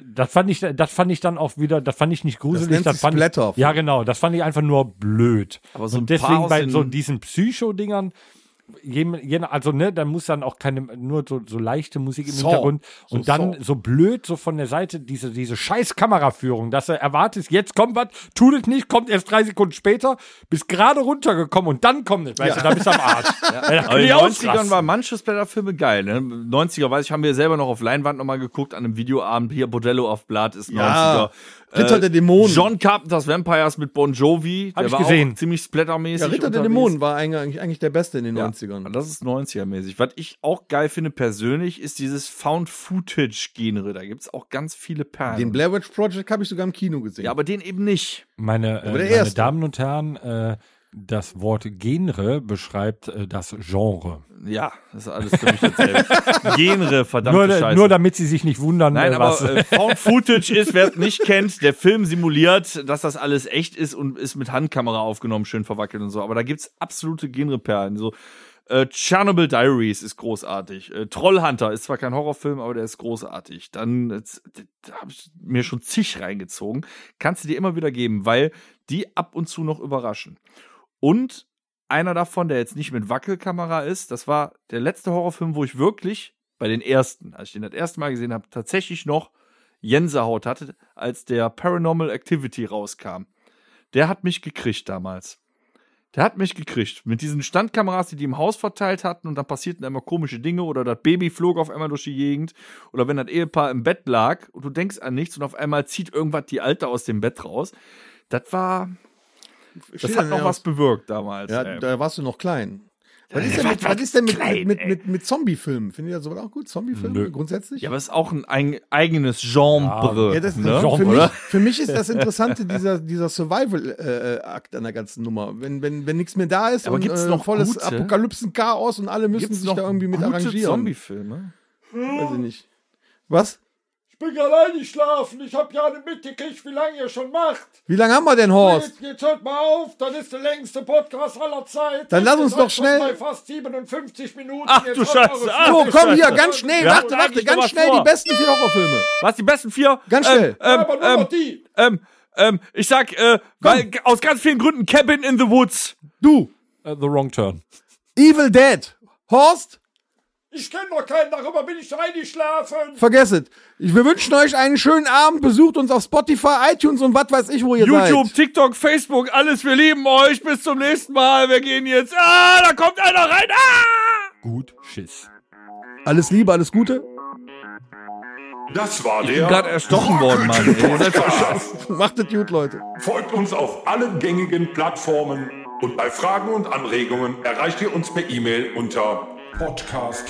[SPEAKER 2] Das fand ich, das fand ich dann auch wieder, das fand ich nicht gruselig.
[SPEAKER 4] nennt sich
[SPEAKER 2] fand
[SPEAKER 4] Splatter.
[SPEAKER 2] ich, ja, genau, das fand ich einfach nur blöd.
[SPEAKER 3] Aber so ein
[SPEAKER 2] und
[SPEAKER 3] paar
[SPEAKER 2] deswegen
[SPEAKER 3] aus
[SPEAKER 2] bei
[SPEAKER 3] den-
[SPEAKER 2] so diesen Psycho-Dingern, jem- je- also ne, dann muss dann auch keine, nur so, so leichte Musik im
[SPEAKER 4] Saw.
[SPEAKER 2] Hintergrund
[SPEAKER 4] So
[SPEAKER 2] und dann
[SPEAKER 4] Saw.
[SPEAKER 2] so blöd, so von der Seite, diese, diese scheiß Kameraführung, dass er erwartet, jetzt kommt was, tut es nicht, kommt erst drei Sekunden später, bist gerade runtergekommen und dann kommt es, weißt du, da bist du am Arsch. Ja. da
[SPEAKER 3] Aber
[SPEAKER 2] kann
[SPEAKER 3] in
[SPEAKER 2] ich
[SPEAKER 3] den
[SPEAKER 2] ausrasten.
[SPEAKER 3] 90ern war manche Splatter-Filme geil. Ne? 90er, weiß ich, haben wir selber noch auf Leinwand nochmal geguckt an einem Videoabend. Hier, Bordello auf Blatt ist 90er.
[SPEAKER 4] Ritter der Dämonen.
[SPEAKER 3] John Carpenters Vampires mit Bon Jovi.
[SPEAKER 2] Hab ich
[SPEAKER 3] war Auch
[SPEAKER 2] gesehen.
[SPEAKER 3] ziemlich splattermäßig.
[SPEAKER 4] Ja, Ritter der
[SPEAKER 3] unterwegs.
[SPEAKER 4] Dämonen war eigentlich, eigentlich der Beste in den
[SPEAKER 3] Ja,
[SPEAKER 4] 90ern.
[SPEAKER 3] Das ist 90er-mäßig. Was ich auch geil finde persönlich, ist dieses Found-Footage-Genre. Da gibt es auch ganz viele Perlen.
[SPEAKER 4] Den Blair Witch Project habe ich sogar im Kino gesehen.
[SPEAKER 3] ja, aber den eben nicht.
[SPEAKER 2] Meine, äh,
[SPEAKER 4] Aber der
[SPEAKER 2] meine
[SPEAKER 4] erste.
[SPEAKER 2] Damen und Herren, äh, das Wort Genre beschreibt äh, das Genre.
[SPEAKER 3] Ja, das ist alles für mich dasselbe. Genre, verdammte
[SPEAKER 2] Nur,
[SPEAKER 3] Scheiße.
[SPEAKER 2] nur damit Sie sich nicht wundern,
[SPEAKER 3] Nein,
[SPEAKER 2] äh,
[SPEAKER 3] aber
[SPEAKER 2] was.
[SPEAKER 3] äh, Found Footage ist, wer es nicht kennt, der Film simuliert, dass das alles echt ist und ist mit Handkamera aufgenommen, schön verwackelt und so. Aber da gibt's absolute Genreperlen. So äh, Chernobyl Diaries ist großartig. Äh, Trollhunter ist zwar kein Horrorfilm, aber der ist großartig. Dann äh, z- d- da hab ich mir schon zig reingezogen. Kannst du dir immer wieder geben, weil die ab und zu noch überraschen. Und einer davon, der jetzt nicht mit Wackelkamera ist, das war der letzte Horrorfilm, wo ich wirklich bei den ersten, als ich den das erste Mal gesehen habe, tatsächlich noch Jänsehaut hatte, als der Paranormal Activity rauskam. Der hat mich gekriegt damals. Der hat mich gekriegt. Mit diesen Standkameras, die die im Haus verteilt hatten und dann passierten immer komische Dinge oder das Baby flog auf einmal durch die Gegend oder wenn das Ehepaar im Bett lag und du denkst an nichts und auf einmal zieht irgendwas die Alte aus dem Bett raus. Das war, das
[SPEAKER 4] Steht
[SPEAKER 3] hat
[SPEAKER 4] dann
[SPEAKER 3] noch
[SPEAKER 4] ja
[SPEAKER 3] was Äh, bewirkt damals.
[SPEAKER 4] Ja,
[SPEAKER 3] ey.
[SPEAKER 4] da warst du noch klein. Was ist denn mit, was ist denn mit, mit, mit, mit, mit Zombie-Filmen? Findet ihr das sowas auch gut? Zombie-Filme
[SPEAKER 2] Nö.
[SPEAKER 4] grundsätzlich?
[SPEAKER 3] Ja, aber es ist auch ein, eig- eigenes Genre.
[SPEAKER 4] Ja, das,
[SPEAKER 3] ne?
[SPEAKER 4] für, mich,
[SPEAKER 3] Oder?
[SPEAKER 4] für mich ist das Interessante dieser, dieser Survival-Akt an der ganzen Nummer. Wenn, wenn, wenn nichts mehr da ist
[SPEAKER 3] Aber
[SPEAKER 4] und äh,
[SPEAKER 3] gibt's noch
[SPEAKER 4] volles
[SPEAKER 3] gute?
[SPEAKER 4] Apokalypsen-Chaos und alle müssen
[SPEAKER 3] Gibt's
[SPEAKER 4] sich da irgendwie mit
[SPEAKER 3] gute
[SPEAKER 4] arrangieren.
[SPEAKER 3] Zombie-Filme?
[SPEAKER 4] Weiß ich nicht. Was?
[SPEAKER 2] ich bin alleine schlafen, ich habe ja nicht mitgekriegt, wie lange ihr schon macht.
[SPEAKER 4] Wie lange haben wir denn, Horst?
[SPEAKER 2] jetzt hört mal auf, das ist der längste Podcast aller Zeit.
[SPEAKER 4] Dann lass uns doch schnell.
[SPEAKER 2] fast 57 Minuten.
[SPEAKER 3] Ach, Jetzt du hört Scheiße, eure ach,
[SPEAKER 4] So,
[SPEAKER 3] du
[SPEAKER 4] komm hier,
[SPEAKER 3] Scheiße.
[SPEAKER 4] ganz schnell.
[SPEAKER 3] Ja.
[SPEAKER 4] Warte, warte,
[SPEAKER 3] Eigentlich noch
[SPEAKER 4] ganz
[SPEAKER 3] was
[SPEAKER 4] schnell
[SPEAKER 3] vor.
[SPEAKER 4] die besten vier Horrorfilme.
[SPEAKER 3] Was, die besten vier?
[SPEAKER 4] Ganz
[SPEAKER 3] Ähm,
[SPEAKER 4] schnell.
[SPEAKER 3] Ähm,
[SPEAKER 2] Aber nur
[SPEAKER 3] ähm,
[SPEAKER 2] noch die.
[SPEAKER 3] Ähm, ähm, ich sag, äh, weil, g- aus ganz vielen Gründen Cabin in the Woods.
[SPEAKER 4] Du,
[SPEAKER 2] äh, The Wrong Turn.
[SPEAKER 4] Evil Dead. Horst,
[SPEAKER 2] Ich kenne noch keinen, darüber bin ich reingeschlafen.
[SPEAKER 4] vergesst es. Ich- Wir wünschen euch einen schönen Abend. Besucht uns auf Spotify, iTunes und was weiß ich, wo ihr
[SPEAKER 3] YouTube,
[SPEAKER 4] seid.
[SPEAKER 3] TikTok, Facebook, alles. Wir lieben euch. Bis zum nächsten Mal. Wir gehen jetzt. Ah, da kommt einer rein. Ah!
[SPEAKER 2] Gut, Schiss.
[SPEAKER 4] Alles Liebe, alles Gute.
[SPEAKER 1] Das war der.
[SPEAKER 3] grad erstochen worden, Mann, ey.
[SPEAKER 1] Podcast.
[SPEAKER 4] Macht es gut, Leute.
[SPEAKER 1] Folgt uns auf allen gängigen Plattformen und bei Fragen und Anregungen erreicht ihr uns per E-Mail unter podcast